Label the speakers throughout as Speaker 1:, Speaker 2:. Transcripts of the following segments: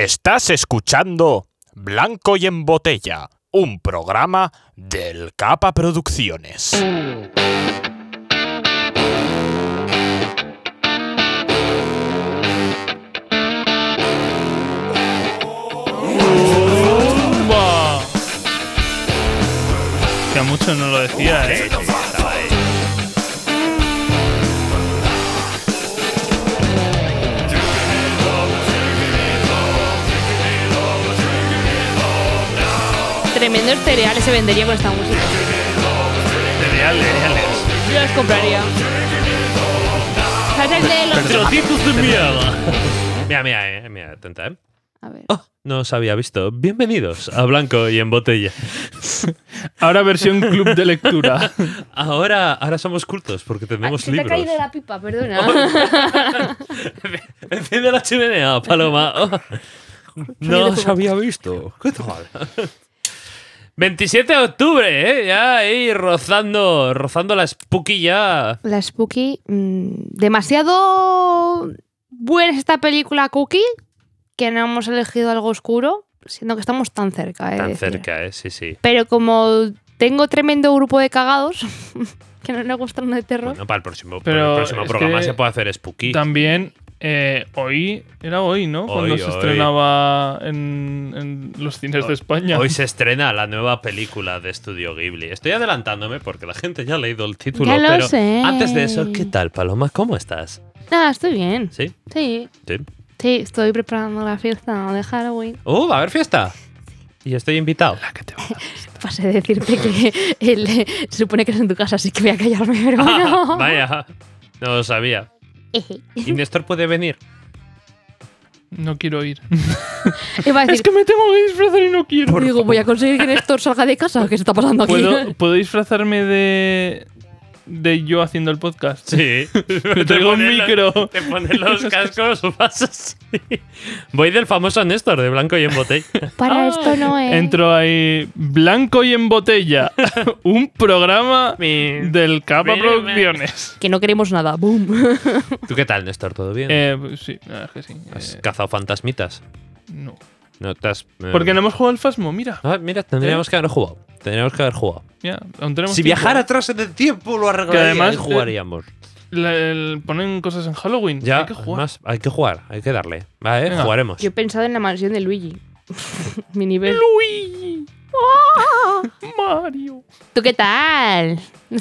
Speaker 1: Estás escuchando Blanco y en Botella, un programa del Capa Producciones.
Speaker 2: Que mucho no lo decía, ¿eh?
Speaker 3: Tremendos cereales se vendería con esta música.
Speaker 2: Cereales, cereales.
Speaker 3: Yo los compraría. ¿Sabes el de los-
Speaker 2: Trotitos de mierda.
Speaker 4: Mira, mira, eh, mira, atenta, ¿eh?
Speaker 3: A ver.
Speaker 4: No os había visto. Bienvenidos a Blanco y en Botella.
Speaker 2: Ahora versión club de lectura.
Speaker 4: Ahora, ahora somos cultos porque
Speaker 3: Ah,
Speaker 4: tenemos
Speaker 3: se te ha
Speaker 4: libros.
Speaker 3: caído la pipa, perdona.
Speaker 4: Enciende la chimenea, Paloma. Oh. No os había visto. ¿Qué tal? 27 de octubre, ¿eh? Ya ahí rozando, rozando la spooky ya.
Speaker 3: La Spooky. mm, demasiado buena es esta película Cookie que no hemos elegido algo oscuro, siendo que estamos tan cerca. eh,
Speaker 4: Tan
Speaker 3: decir.
Speaker 4: cerca, ¿eh? Sí, sí.
Speaker 3: Pero como tengo tremendo grupo de cagados que no le gustan de terror.
Speaker 4: Bueno, para el próximo,
Speaker 2: Pero
Speaker 4: para el próximo
Speaker 2: es
Speaker 4: programa
Speaker 2: que
Speaker 4: se puede hacer spooky.
Speaker 2: También eh, hoy, era hoy, ¿no? Cuando
Speaker 4: Hoy,
Speaker 2: se
Speaker 4: hoy.
Speaker 2: estrenaba en, en los cines de España.
Speaker 4: Hoy se estrena la nueva película de Estudio Ghibli. Estoy adelantándome porque la gente ya ha leído el título.
Speaker 3: Ya lo
Speaker 4: pero
Speaker 3: sé.
Speaker 4: antes de eso, ¿qué tal, Paloma? ¿Cómo estás?
Speaker 3: Ah, estoy bien.
Speaker 4: ¿Sí?
Speaker 3: Sí,
Speaker 4: ¿Sí?
Speaker 3: sí, estoy preparando la fiesta de Halloween.
Speaker 4: ¡Uh, va a haber fiesta! Y estoy invitado.
Speaker 3: Pasé de decirte que el- se supone que es en tu casa, así que voy a callarme, pero
Speaker 4: Ah,
Speaker 3: bueno.
Speaker 4: vaya, no lo sabía.
Speaker 3: Eje.
Speaker 4: ¿Y Néstor puede venir?
Speaker 2: No quiero ir.
Speaker 3: Iba a decir,
Speaker 2: Es que me tengo que disfrazar y no quiero.
Speaker 3: digo, voy a conseguir que Néstor salga de casa, ¿qué está pasando aquí?
Speaker 2: ¿Puedo, ¿Puedo disfrazarme de, de yo haciendo el podcast?
Speaker 4: Sí.
Speaker 2: Me traigo un
Speaker 4: ponen los-
Speaker 2: micro.
Speaker 4: Te pones los cascos, vas así. Voy del famoso Néstor, de blanco y en botella.
Speaker 3: Para esto no es.
Speaker 2: Entro ahí blanco y en botella. Un programa
Speaker 4: Mi-
Speaker 2: del Capa
Speaker 4: mi-
Speaker 2: Producciones.
Speaker 3: Que no queremos nada, boom.
Speaker 4: ¿Tú qué tal, Néstor? ¿Todo bien?
Speaker 2: Eh, pues sí, la verdad es que sí.
Speaker 4: ¿Has
Speaker 2: Eh,
Speaker 4: cazado fantasmitas?
Speaker 2: no.
Speaker 4: ¿No te has, eh,
Speaker 2: Porque no hemos jugado al Fasmo, mira.
Speaker 4: Ah, mira, tendríamos que haber jugado. Tendríamos que haber jugado.
Speaker 2: Ya, aún tenemos
Speaker 4: Si
Speaker 2: tiempo.
Speaker 4: viajara atrás en el tiempo, lo
Speaker 2: Que
Speaker 4: arreglaría
Speaker 2: además, eh,
Speaker 4: y jugaríamos.
Speaker 2: La- el- ponen cosas en Halloween.
Speaker 4: Ya,
Speaker 2: Hay que jugar.
Speaker 4: además, hay que jugar, hay que darle. Vale,
Speaker 2: Venga.
Speaker 4: jugaremos.
Speaker 3: Yo he pensado en la mansión de Luigi. Mi nivel.
Speaker 2: Luigi. ¡Ah! Mario.
Speaker 3: ¿Tú qué tal?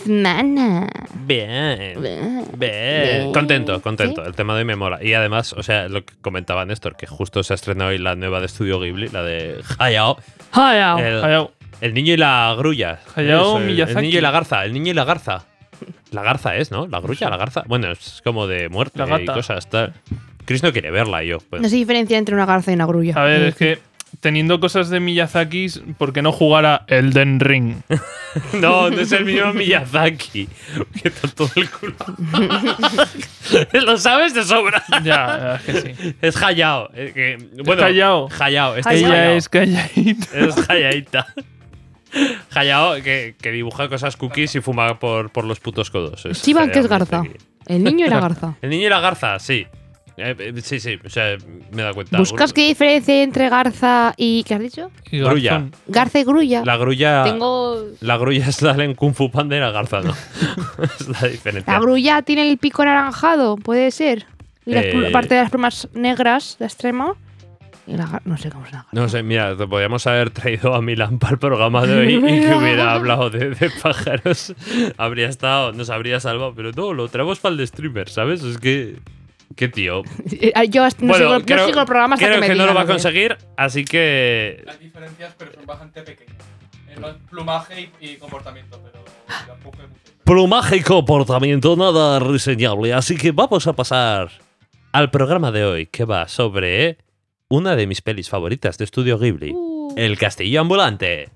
Speaker 3: Nana.
Speaker 4: Bien. Bien. Contento, contento. El tema de hoy me mola. Y además, o sea, lo que comentaba Néstor, que justo se ha estrenado hoy la nueva de Estudio Ghibli, la de Hayao.
Speaker 3: Hola.
Speaker 2: Eh,
Speaker 4: El,
Speaker 2: Ah, Hayao.
Speaker 4: el niño y la grulla.
Speaker 2: Hayao
Speaker 4: Eso, el- El
Speaker 2: Miyazaki.
Speaker 4: niño y la garza. El niño y la garza. La garza es, ¿no? La grulla, la garza. Bueno, es como de muerte
Speaker 2: La
Speaker 4: y
Speaker 2: gata.
Speaker 4: cosas. Tal. Chris no quiere verla, y yo. pues,
Speaker 3: No se diferencia entre una garza y una grulla. Eh,
Speaker 2: A ver, es que teniendo cosas de Miyazaki, ¿por qué no jugar a Elden Ring?
Speaker 4: No, no es el mismo Miyazaki. Que tanto del culo. Lo sabes de sobra.
Speaker 2: ya, la verdad es que sí.
Speaker 4: Es Hayao. eh, que- bueno,
Speaker 2: Hayao.
Speaker 4: Hayao. Este es
Speaker 2: Ella
Speaker 4: Hayao.
Speaker 2: es calladita.
Speaker 4: Es Hayaita. Hayao que, que dibuja cosas cookies y fuma por, por los putos codos. Es
Speaker 3: Chivan, que es
Speaker 4: Hayao
Speaker 3: garza.
Speaker 4: Miyazaki.
Speaker 3: El niño y la garza.
Speaker 4: El niño y la garza, sí. Eh, eh, sí, sí. O sea, me da cuenta.
Speaker 3: ¿Buscas qué diferencia hay entre garza y. ¿Qué has dicho?
Speaker 2: Y
Speaker 4: Grulla.
Speaker 2: Garzón.
Speaker 3: Garza y grulla.
Speaker 4: La grulla.
Speaker 3: Tengo.
Speaker 4: La grulla es la en Kung Fu Panda y la garza, ¿no? es la diferencia.
Speaker 3: La grulla tiene el pico anaranjado, puede ser. Y las plu-
Speaker 4: Eh.
Speaker 3: parte de las plumas negras, la extrema. Y la gar- No sé cómo es la garza.
Speaker 4: No sé, mira, te podríamos haber traído a Milán para el programa de hoy y que hubiera hablado de, de pájaros. Habría estado, nos habría salvado, pero no, lo traemos para el de streamer, ¿sabes? Es que. Qué tío.
Speaker 3: Eh, Yo hasta- no,
Speaker 4: Bueno,
Speaker 3: sigo, no
Speaker 4: creo-
Speaker 3: sigo el programa hasta
Speaker 4: Creo
Speaker 3: que
Speaker 4: que,
Speaker 3: me
Speaker 4: no lo
Speaker 3: digan
Speaker 4: va a
Speaker 3: que-
Speaker 4: conseguir, así que.
Speaker 5: Hay diferencias, pero son bastante pequeñas. En lo- plumaje y, y comportamiento, pero tampoco hay mucho.
Speaker 4: Plumaje y comportamiento nada reseñable, así que vamos a pasar al programa de hoy, que va sobre una de mis pelis favoritas de estudio Ghibli.
Speaker 3: Uh,
Speaker 4: El castillo ambulante.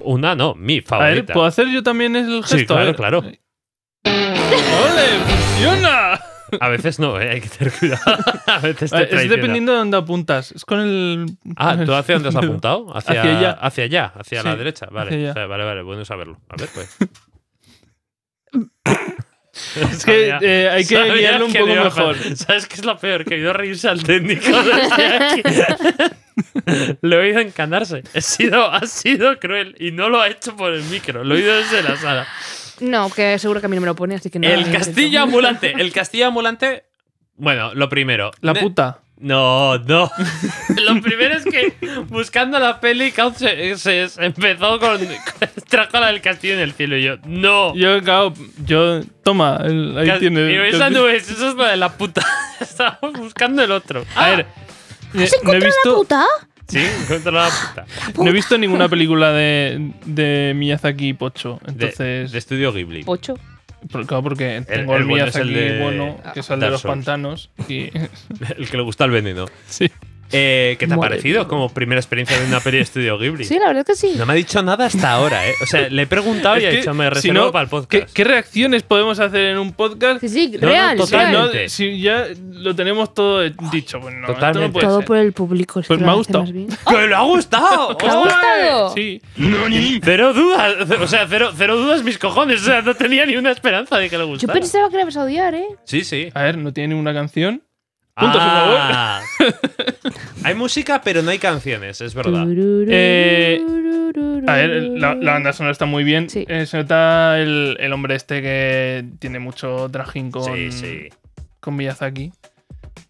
Speaker 4: Una, no, mi
Speaker 2: A ver,
Speaker 4: favorita.
Speaker 2: ¿puedo hacer yo también el gesto?
Speaker 4: Sí,
Speaker 2: A
Speaker 4: claro,
Speaker 2: ver.
Speaker 4: claro.
Speaker 2: ¡Ole! ¡Funciona!
Speaker 4: A veces no, eh, hay que tener cuidado. A veces te
Speaker 2: Eh, Es
Speaker 4: Este traiciona.
Speaker 2: dependiendo de dónde apuntas. Es con el.
Speaker 4: Ah,
Speaker 2: con el-
Speaker 4: ¿tú hacia dónde has apuntado? Hacia,
Speaker 2: Hacia
Speaker 4: hacia
Speaker 2: allá.
Speaker 4: allá. Hacia la
Speaker 2: Sí,
Speaker 4: derecha. Vale,
Speaker 2: hacia allá.
Speaker 4: o sea, vale, vale, bueno saberlo. A ver, pues.
Speaker 2: Es que
Speaker 4: Sabía-
Speaker 2: eh, hay que
Speaker 4: sabía
Speaker 2: guiarlo un
Speaker 4: que
Speaker 2: poco
Speaker 4: le iba a-
Speaker 2: mejor.
Speaker 4: ¿Sabes qué es lo peor? Que he ido a reírse al técnico desde aquí. lo he oído encanarse. He sido, ha sido cruel y no lo ha hecho por el micro. Lo he oído desde la sala.
Speaker 2: Ah,
Speaker 3: No, que seguro que a mí no me lo pone, así que no.
Speaker 4: El castillo ambulante. El castillo ambulante. Bueno, lo primero.
Speaker 2: La
Speaker 4: Ne-
Speaker 2: puta.
Speaker 4: No, no. Lo primero es que buscando la peli, Couch se, se- se empezó con. Trajo la del castillo en el cielo y yo. ¡No!
Speaker 2: Yo, claro, yo. Toma, el- ahí
Speaker 4: Cas-
Speaker 2: tiene.
Speaker 4: Digo, esa
Speaker 2: casi-
Speaker 4: no es, esa es la de la puta. Estábamos buscando el otro.
Speaker 2: A ver. eh, No he,
Speaker 6: ¿Encontró la
Speaker 2: visto,
Speaker 6: puta?
Speaker 4: Sí, encuentro la puta.
Speaker 2: no he visto ninguna película de, de Miyazaki y Pocho.
Speaker 4: De-
Speaker 2: Entonces,
Speaker 4: de Estudio Ghibli.
Speaker 3: Pocho.
Speaker 2: por- claro, porque tengo
Speaker 4: el
Speaker 2: el,
Speaker 4: bueno es el
Speaker 2: Miyazaki
Speaker 4: de
Speaker 2: bueno, que es el de
Speaker 4: Dark
Speaker 2: los
Speaker 4: Souls.
Speaker 2: pantanos. Y,
Speaker 4: El que le gusta el veneno.
Speaker 2: sí.
Speaker 4: Eh, ¿Qué te ha
Speaker 3: Madre
Speaker 4: parecido
Speaker 3: mía.
Speaker 4: como primera experiencia de una peli de Estudio Ghibli?
Speaker 3: Sí, la verdad es que sí.
Speaker 4: No me ha dicho nada hasta ahora, ¿eh? O sea, le he preguntado y
Speaker 2: Es
Speaker 4: ha
Speaker 2: que,
Speaker 4: dicho, me
Speaker 2: si
Speaker 4: reservo
Speaker 2: no,
Speaker 4: para el podcast.
Speaker 2: ¿qué, qué reacciones podemos hacer en un podcast?
Speaker 3: Sí, sí,
Speaker 4: no,
Speaker 3: real.
Speaker 4: total,
Speaker 3: real.
Speaker 2: no,
Speaker 4: Totalmente.
Speaker 2: si ya lo tenemos todo dicho. Pues no, esto no
Speaker 4: Totalmente.
Speaker 2: puede
Speaker 3: Todo
Speaker 2: ser.
Speaker 3: por el público. es
Speaker 2: Pues
Speaker 3: que
Speaker 2: me
Speaker 3: lo
Speaker 2: ha
Speaker 3: hace
Speaker 2: gustado.
Speaker 3: más bien.
Speaker 4: ¡Que le ha gustado!
Speaker 3: ¿Te ha gustado?
Speaker 2: Sí.
Speaker 4: Cero dudas, o sea, cero, cero dudas mis cojones. O sea, no tenía ni una esperanza de que le
Speaker 3: Yo
Speaker 4: gustara.
Speaker 3: pensaba que la ibas a odiar, ¿eh?
Speaker 4: Sí, sí.
Speaker 2: A ver, no tiene ninguna canción. Punto, por favor.
Speaker 4: favor. hay música, pero no hay canciones, es verdad.
Speaker 2: Eh, A ver, el- la, la banda sonora está muy bien.
Speaker 3: Sí.
Speaker 2: Eh, se nota el, el hombre este que tiene mucho trajín con,
Speaker 4: Sí, sí.
Speaker 2: con Miyazaki.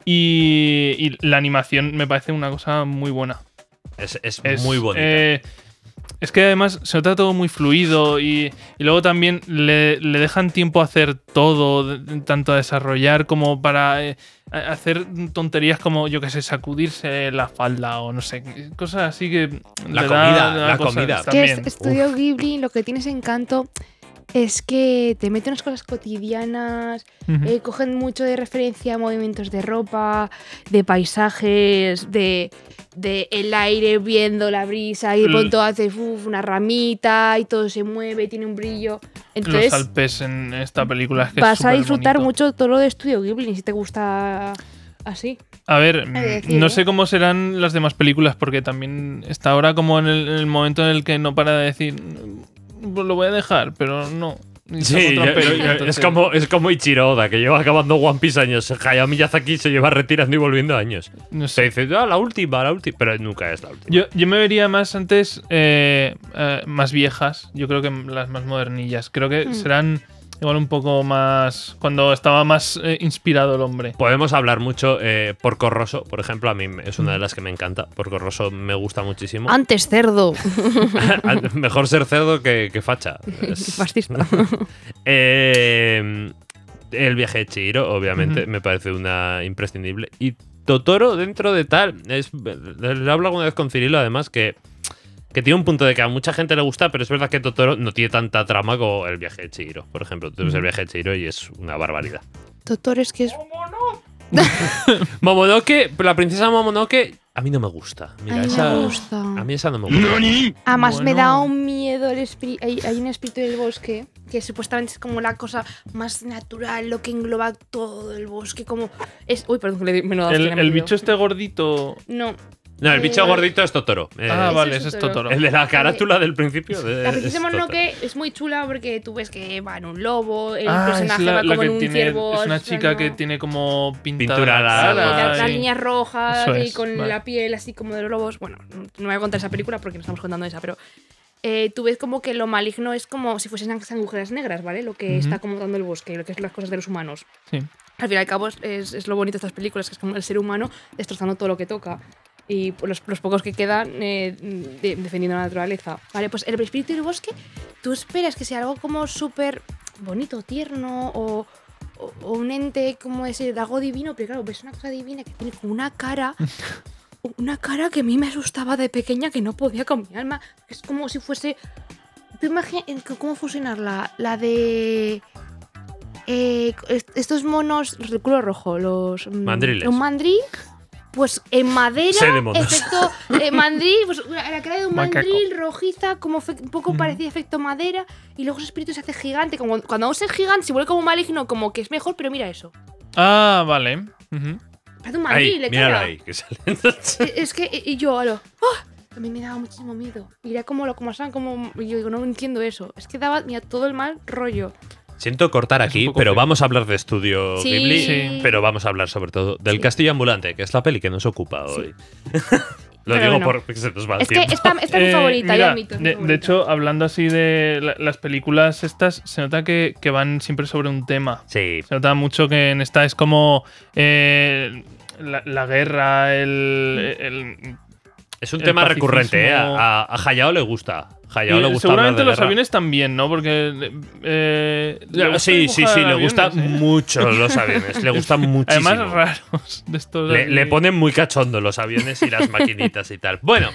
Speaker 2: Y, y la animación me parece una cosa muy buena.
Speaker 4: Es, es
Speaker 2: Es,
Speaker 4: muy bonita.
Speaker 2: eh, es que además se nota todo muy fluido y, y luego también le, le dejan tiempo a hacer todo, de- tanto a desarrollar como para eh, a- hacer tonterías como, yo qué sé, sacudirse la falda o no sé, cosas así que...
Speaker 4: La
Speaker 2: le da-
Speaker 4: comida,
Speaker 2: le da
Speaker 4: la
Speaker 2: cosas
Speaker 4: comida.
Speaker 3: Que
Speaker 2: también.
Speaker 3: es Estudio Ghibli, lo que tiene ese encanto es que te mete unas cosas cotidianas,
Speaker 2: Ujú.
Speaker 3: eh, cogen mucho de referencia a movimientos de ropa, de paisajes, de, de el aire viendo la brisa y de
Speaker 2: L-
Speaker 3: pronto haces uf, una ramita y todo se mueve, tiene un brillo.
Speaker 2: Los
Speaker 3: Entonces
Speaker 2: alpes en esta película es que es
Speaker 3: vas a disfrutar
Speaker 2: superbonito.
Speaker 3: mucho todo lo de Estudio Ghibli si te gusta así.
Speaker 2: A ver,
Speaker 3: de
Speaker 2: mm,
Speaker 3: decir,
Speaker 2: no
Speaker 3: ¿eh?
Speaker 2: sé cómo serán las demás películas, porque también está ahora como en el, en el momento en el que no para de decir, "Mm, lo voy a dejar, pero no. Y saco
Speaker 4: Sí,
Speaker 2: otra
Speaker 4: yo-
Speaker 2: peli,
Speaker 4: yo- yo- es,
Speaker 2: entonces-
Speaker 4: como, es como Ichiro Oda, que lleva acabando One Piece años. Hayao Miyazaki se lleva retirando y volviendo años.
Speaker 2: no sé.
Speaker 4: Se dice, ah, la última, la última. Pero nunca es la última.
Speaker 2: Yo, yo me vería más antes, eh, eh, más viejas, yo creo que las más modernillas. Creo que
Speaker 3: Mm.
Speaker 2: serán igual un poco más, cuando estaba más eh, inspirado el hombre.
Speaker 4: Podemos hablar mucho eh, Porco Rosso, por ejemplo. A mí es una de las que me encanta. Porco Rosso me gusta muchísimo.
Speaker 3: Antes cerdo,
Speaker 4: Ah, Mejor ser cerdo que, que facha. Es-
Speaker 3: fascista.
Speaker 4: Eh, el viaje de Chihiro, obviamente,
Speaker 2: Ujú.
Speaker 4: me parece una imprescindible. Y Totoro, dentro de tal, es, lo hablo alguna vez con Cirilo, además, que, que tiene un punto de que a mucha gente le gusta, pero es verdad que Totoro no tiene tanta trama como el viaje de Chihiro. Por ejemplo, tú ves el viaje de Chihiro y es una barbaridad.
Speaker 3: Doctor, es que es
Speaker 4: Momonoke, la princesa Momonoke, a mí no me gusta. Mira,
Speaker 3: Ay, me
Speaker 4: esa,
Speaker 3: gusta.
Speaker 4: a mí esa no me gusta.
Speaker 3: Además me da
Speaker 2: Bueno.
Speaker 3: un miedo el espíritu. Hay, hay un espíritu del bosque que supuestamente es como la cosa más natural, lo que engloba todo el bosque, como es. Uy, perdón, que le di menuda
Speaker 2: El,
Speaker 3: hostia, me
Speaker 2: el
Speaker 3: he
Speaker 2: bicho
Speaker 3: metido.
Speaker 2: este gordito.
Speaker 3: No.
Speaker 4: No, el bicho
Speaker 3: Eh,
Speaker 4: gordito es Totoro. Eh,
Speaker 2: ah, vale,
Speaker 3: es
Speaker 2: ese es
Speaker 3: Totoro.
Speaker 2: Totoro.
Speaker 4: El de la carátula del principio. de-
Speaker 3: La princesa
Speaker 4: es Totoro.
Speaker 3: Mononoke es muy chula porque tú ves que va en un lobo, el
Speaker 2: Ah,
Speaker 3: personaje va como en un
Speaker 2: tiene,
Speaker 3: ciervo.
Speaker 2: es una
Speaker 3: o sea,
Speaker 2: chica
Speaker 3: no.
Speaker 2: que tiene como pintada
Speaker 4: Pintura la-
Speaker 3: Sí,
Speaker 2: cara,
Speaker 4: la-
Speaker 3: las- las
Speaker 2: Ah, sí.
Speaker 3: líneas rojas
Speaker 2: Eso
Speaker 3: y
Speaker 2: es,
Speaker 3: con
Speaker 2: vale.
Speaker 3: la piel así como de los lobos. Bueno, no voy a contar esa película porque no estamos contando esa, pero eh, tú ves como que lo maligno es como si fuesen las agujeras negras, ¿vale? Lo que
Speaker 2: Ujú.
Speaker 3: está como dando el bosque, lo que es las cosas de los humanos.
Speaker 2: Sí.
Speaker 3: Al fin y al cabo es, es- es lo bonito de estas películas, que es como el ser humano destrozando todo lo que toca. Y pues, los, los pocos que quedan eh, de- defendiendo la naturaleza. Vale, pues el espíritu del bosque, tú esperas que sea algo como súper bonito, tierno o, o- o un ente como ese, de algo divino, pero claro, ves una cosa divina que tiene como una cara, una cara que a mí me asustaba de pequeña, que no podía con mi alma. Es como si fuese. ¿Tú imaginas cómo fusionarla? La de. eh, est- estos monos de culo rojo, los. mm,
Speaker 4: Mandriles.
Speaker 3: Un mandril. Pues en madera,
Speaker 4: Sé de monos.
Speaker 3: efecto eh, mandril, pues la la cara de un
Speaker 2: Macaco. Mm.
Speaker 3: mandril rojiza, como fe- un poco
Speaker 2: Ujú.
Speaker 3: parecía efecto madera, y luego su espíritu se hace gigante, como cuando un ser gigante se vuelve como maligno, como que es mejor, pero mira eso.
Speaker 2: Ah, vale. Ujú.
Speaker 3: Parece un
Speaker 4: Ahí,
Speaker 3: mandril, de
Speaker 4: míralo
Speaker 3: cara.
Speaker 4: ahí, que sale.
Speaker 3: Eh, Es que, y y yo, a lo. ¡ah! A mí me daba muchísimo miedo. Mira cómo lo como como. y Yo digo, no entiendo eso. Es que daba, mira, todo el mal rollo.
Speaker 4: Siento cortar aquí,
Speaker 2: poco
Speaker 4: pero
Speaker 2: feo.
Speaker 4: vamos a hablar de estudio
Speaker 3: Sí.
Speaker 4: Ghibli,
Speaker 2: Sí.
Speaker 4: pero vamos a hablar sobre todo del Castillo Ambulante, que es la peli que nos ocupa
Speaker 3: Sí.
Speaker 4: hoy. Lo
Speaker 3: Pero
Speaker 4: digo
Speaker 3: bueno.
Speaker 4: por- porque se nos va el
Speaker 3: Es que
Speaker 4: tiempo.
Speaker 3: esta, esta es mi
Speaker 2: Eh,
Speaker 3: favorita,
Speaker 2: mira,
Speaker 3: yo admito. es mi
Speaker 2: de, de
Speaker 3: favorita.
Speaker 2: hecho, hablando así de la- las películas estas, se nota que, que van siempre sobre un tema.
Speaker 4: Sí,
Speaker 2: Se nota mucho que en esta es como eh, la, la guerra, el... el-
Speaker 4: es un
Speaker 2: El
Speaker 4: tema
Speaker 2: pacifismo-
Speaker 4: recurrente, ¿eh? A, a Hayao le gusta. Hayao
Speaker 2: y
Speaker 4: le gusta
Speaker 2: seguramente
Speaker 4: hablar de
Speaker 2: los
Speaker 4: guerra.
Speaker 2: aviones también, ¿no? Porque... eh, le
Speaker 4: Ya,
Speaker 2: gusta
Speaker 4: Sí, sí,
Speaker 2: dibujar
Speaker 4: sí, le gustan
Speaker 2: aviones, ¿eh?
Speaker 4: mucho los aviones. Le gustan muchísimo.
Speaker 2: Además, raros de estos...
Speaker 4: Le,
Speaker 2: así.
Speaker 4: le ponen muy cachondo los aviones y las maquinitas y tal. Bueno,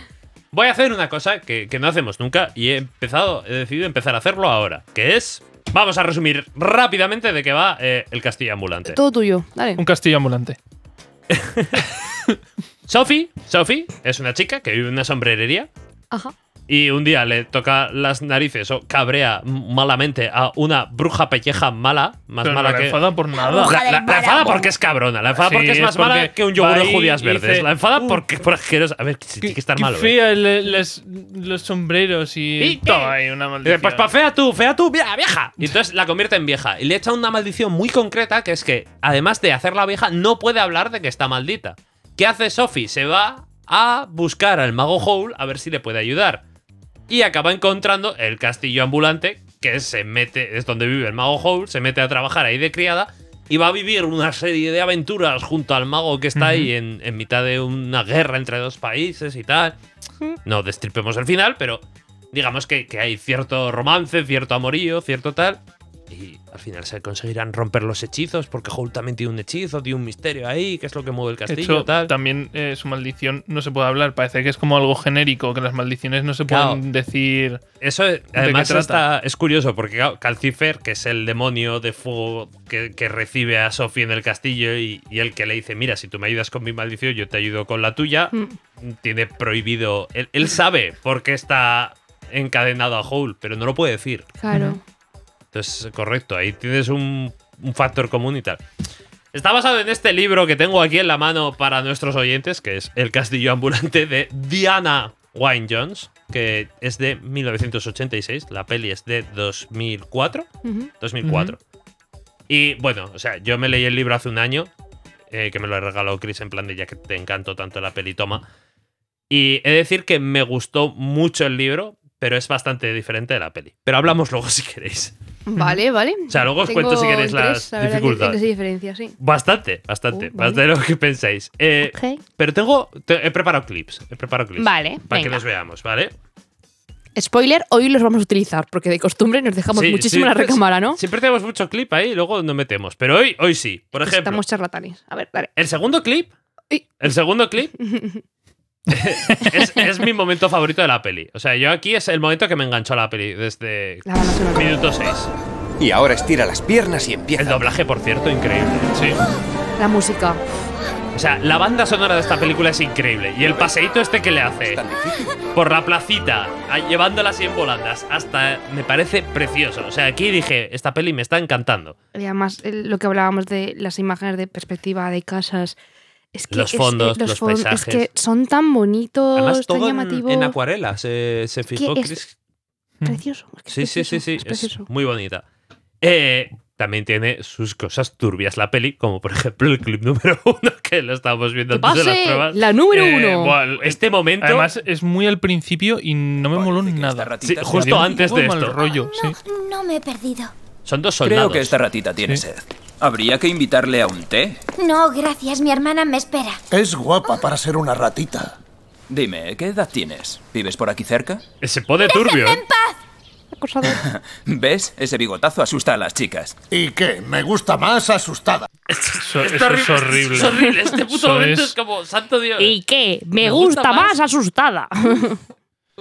Speaker 4: voy a hacer una cosa que, que no hacemos nunca y he empezado, he decidido empezar a hacerlo ahora, que es. Vamos a resumir rápidamente de qué va eh, el castillo ambulante.
Speaker 3: Todo tuyo, dale.
Speaker 2: Un castillo ambulante.
Speaker 4: Sophie, Sophie es una chica que vive en una sombrerería
Speaker 3: Ajá.
Speaker 4: y un día le toca las narices o cabrea malamente a una bruja pelleja mala, más
Speaker 2: Pero
Speaker 4: mala
Speaker 2: no la
Speaker 4: que.
Speaker 2: enfada por nada.
Speaker 4: La, la- la enfada porque es cabrona, la enfada
Speaker 2: Sí,
Speaker 4: porque es
Speaker 2: es
Speaker 4: más mala
Speaker 2: porque
Speaker 4: que un yogur
Speaker 2: va
Speaker 4: de
Speaker 2: ahí
Speaker 4: judías
Speaker 2: y
Speaker 4: verdes.
Speaker 2: dice,
Speaker 4: la enfada
Speaker 2: "Uh,
Speaker 4: porque por asqueroso. A ver, sí, tiene que estar malo. ¿eh?
Speaker 2: fea le- les- los sombreros y,
Speaker 4: Y-
Speaker 2: todo ahí, una
Speaker 4: Y dice,
Speaker 2: maldición.
Speaker 4: Pues pa' fea tú, fea tú, mira, vieja. Y entonces la convierte en vieja. Y le echa una maldición muy concreta, que es que, además de hacerla vieja, no puede hablar de que está maldita. ¿Qué hace Sophie? Se va a buscar al mago Howl a ver si le puede ayudar. Y acaba encontrando el castillo ambulante, que se mete, es donde vive el mago Howl, se mete a trabajar ahí de criada. Y va a vivir una serie de aventuras junto al mago que está ahí en, en mitad de una guerra entre dos países y tal no destripemos el final, pero digamos que, que hay cierto romance, cierto amorío, cierto tal. Y al final se conseguirán romper los hechizos, porque Howl también tiene un hechizo, tiene un misterio ahí, que es lo que mueve el
Speaker 2: De
Speaker 4: castillo,
Speaker 2: hecho,
Speaker 4: tal.
Speaker 2: también eh, su maldición no se puede hablar. Parece que es como algo genérico, que las maldiciones no se
Speaker 4: Claro.
Speaker 2: pueden decir.
Speaker 4: Eso eh, además
Speaker 2: qué trata?
Speaker 4: está- es curioso, porque claro, Calcifer, que es el demonio de fuego que, que recibe a Sophie en el castillo, y, y el que le dice, mira, si tú me ayudas con mi maldición, yo te ayudo con la tuya, tiene prohibido... Él, él sabe por qué está encadenado a Howl, pero no lo puede decir.
Speaker 3: Claro.
Speaker 4: Entonces, correcto, ahí tienes un, un factor común y tal. Está basado en este libro que tengo aquí en la mano para nuestros oyentes, que es El Castillo Ambulante de Diana Wynne Jones, que es de 1986, la peli es de 2004.
Speaker 3: Ujú.
Speaker 4: 2004. Y bueno, o sea, yo me leí el libro hace un año, eh, que me lo regaló Chris en plan de ya que te encantó tanto la peli, toma. Y he de decir que me gustó mucho el libro, pero es bastante diferente de la peli. Pero hablamos luego si queréis.
Speaker 3: Vale, vale.
Speaker 4: O sea, luego os
Speaker 3: Tengo
Speaker 4: cuento si queréis
Speaker 3: tres,
Speaker 4: las
Speaker 3: la verdad, que-
Speaker 4: dificultades.
Speaker 3: Que, se diferencia, sí.
Speaker 4: Bastante, bastante,
Speaker 3: Uh,
Speaker 4: más
Speaker 3: vale.
Speaker 4: de lo que pensáis. Eh, Pero tengo, te- he preparado clips, he preparado clips.
Speaker 3: Vale,
Speaker 4: Para que
Speaker 3: venga.
Speaker 4: los veamos, ¿vale?
Speaker 3: Spoiler, hoy los vamos a utilizar, porque de costumbre nos dejamos
Speaker 4: Sí,
Speaker 3: muchísimo en la
Speaker 4: siempre-
Speaker 3: recámara, ¿no?
Speaker 4: Siempre tenemos mucho clip ahí y luego nos metemos. Pero hoy, hoy sí. Por ejemplo,
Speaker 3: Pues Estamos charlatanes. A ver, dale.
Speaker 4: el segundo clip
Speaker 3: Uy.
Speaker 4: El segundo clip es, es mi momento favorito de la peli. O sea, yo aquí es el momento que me enganchó a la peli desde
Speaker 3: La banda sonora.
Speaker 4: minuto 6.
Speaker 6: Y ahora estira las piernas y
Speaker 4: El
Speaker 6: empieza.
Speaker 4: doblaje, por cierto, increíble. Sí.
Speaker 3: La música.
Speaker 4: O sea, la banda sonora de esta película es increíble. Y el paseíto este que le hace
Speaker 6: Tan difícil.
Speaker 4: por la placita, a- llevándola así en volandas, hasta me parece precioso. O sea, aquí dije, esta peli me está encantando.
Speaker 3: Y además, el- lo que hablábamos de las imágenes de perspectiva de casas. Es que
Speaker 4: Los
Speaker 3: es-
Speaker 4: fondos, los
Speaker 3: fon-
Speaker 4: paisajes.
Speaker 3: Es que son tan bonitos,
Speaker 4: Además,
Speaker 3: tan
Speaker 4: todo en,
Speaker 3: llamativos.
Speaker 4: en acuarela se, se fijó
Speaker 3: es-
Speaker 4: Chris
Speaker 3: Precioso. es que es
Speaker 4: Sí, sí, sí,
Speaker 3: precioso,
Speaker 4: sí.
Speaker 3: Es
Speaker 4: Es
Speaker 3: precioso.
Speaker 4: muy bonita. Eh, también tiene sus cosas turbias la peli, como por ejemplo el clip número uno que lo estábamos viendo
Speaker 3: ¡Que
Speaker 4: antes de las
Speaker 3: pase
Speaker 4: pruebas.
Speaker 3: la número
Speaker 2: Eh,
Speaker 3: uno!
Speaker 2: buah, el-
Speaker 4: Este momento,
Speaker 2: Además, es muy al principio y no me moló nada.
Speaker 4: sí, justo
Speaker 2: Tiene un
Speaker 4: antes de
Speaker 2: poco mal
Speaker 4: esto,
Speaker 2: rollo, sí.
Speaker 7: No, no me he perdido.
Speaker 4: son dos
Speaker 8: Creo
Speaker 4: soldados.
Speaker 8: que esta ratita tiene
Speaker 2: Sí.
Speaker 8: sed. Habría que invitarle a un té.
Speaker 7: No, gracias, mi hermana me espera.
Speaker 9: Es guapa para ser una ratita.
Speaker 8: Dime, ¿qué edad tienes? ¿Vives por aquí cerca?
Speaker 4: Se pone turbio. ¿eh?
Speaker 3: Acosador.
Speaker 8: ¿Ves? Ese bigotazo asusta a las chicas.
Speaker 9: ¿Y qué? Me gusta más asustada.
Speaker 2: Eso,
Speaker 4: Es
Speaker 2: eso es horrible.
Speaker 4: Es horrible. Este puto
Speaker 2: Eso
Speaker 4: momento
Speaker 2: es-
Speaker 4: es como, santo Dios.
Speaker 3: ¿Y qué? Me,
Speaker 4: gusta
Speaker 3: gusta,
Speaker 4: más.
Speaker 3: más asustada.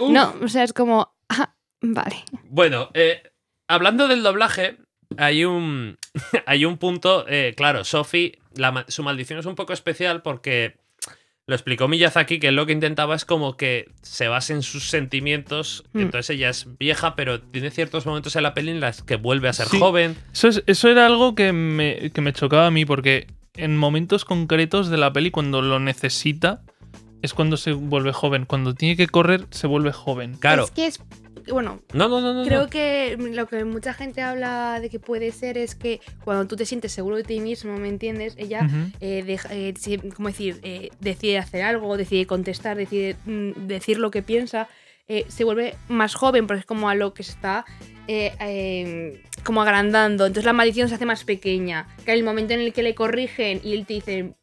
Speaker 3: no, o sea, es como. ah, vale.
Speaker 4: Bueno, eh, hablando del doblaje, hay un, hay un punto, eh, claro, Sophie, la ma- su maldición es un poco especial porque lo explicó Miyazaki que él lo que intentaba es como que se base en sus sentimientos,
Speaker 2: Hmm.
Speaker 3: Mm.
Speaker 4: entonces ella es vieja, pero tiene ciertos momentos en la peli en las que vuelve a ser
Speaker 2: Sí.
Speaker 4: joven.
Speaker 2: Eso, es- eso era algo que me, que me chocaba a mí, porque en momentos concretos de la peli, cuando lo necesita, es cuando se vuelve joven. Cuando tiene que correr, se vuelve joven.
Speaker 4: Claro,
Speaker 3: Es que es que, bueno,
Speaker 4: No, no, no, no.
Speaker 3: creo
Speaker 4: no.
Speaker 3: que lo que mucha gente habla de que puede ser es que cuando tú te sientes seguro de ti mismo, ¿me entiendes? Ella,
Speaker 2: Ujú.
Speaker 3: eh, deja- eh, si- ¿cómo decir? Eh, decide hacer algo, decide contestar, decide mm, decir lo que piensa, eh, se vuelve más joven porque es como a lo que se está eh, eh, como agrandando. Entonces la maldición se hace más pequeña. Que el momento en el que le corrigen y él te dice,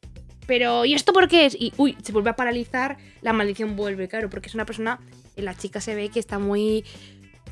Speaker 3: pero ¿y esto por qué es? Y uy, se vuelve a paralizar, la maldición vuelve, claro, porque es una persona, eh, la chica se ve que está muy,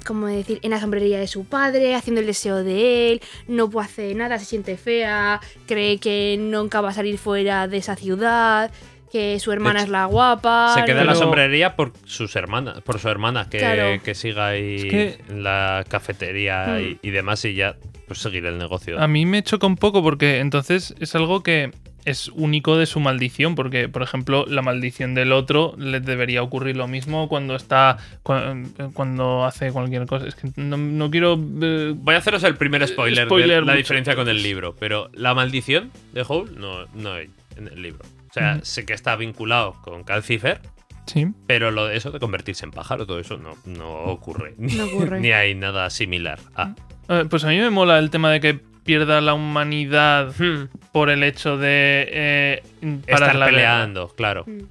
Speaker 3: como decir, en la sombrería de su padre, haciendo el deseo de él, no puede hacer nada, se siente fea, cree que nunca va a salir fuera de esa ciudad, que su hermana
Speaker 4: hecho,
Speaker 3: es la guapa.
Speaker 4: Se queda en la
Speaker 2: Pero-
Speaker 4: sombrería por sus hermanas, por su hermana, que,
Speaker 3: Claro.
Speaker 4: que siga ahí
Speaker 2: Es que- Hmm.
Speaker 4: en la cafetería y, y demás y ya pues seguir el negocio.
Speaker 2: A mí me choca un poco porque entonces es algo que es único de su maldición, porque por ejemplo la maldición del otro le debería ocurrir lo mismo cuando está cua- cuando hace cualquier cosa. Es que no, no quiero... eh,
Speaker 4: Voy a haceros el primer spoiler,
Speaker 2: Spoiler
Speaker 4: de la
Speaker 2: mucho.
Speaker 4: diferencia con el libro, pero la maldición de Howl no, no hay en el libro. O
Speaker 2: Hmm.
Speaker 4: sea, sé que está vinculado con Calcifer,
Speaker 2: sí.
Speaker 4: pero lo de eso de convertirse en pájaro, todo eso no, no ocurre. Ni,
Speaker 3: No ocurre.
Speaker 4: ni hay nada similar a.
Speaker 2: Eh, Pues a mí me mola el tema de que pierda la humanidad por el hecho de eh, parar
Speaker 4: Estar
Speaker 2: la guerra.
Speaker 4: peleando, claro.
Speaker 3: Mm.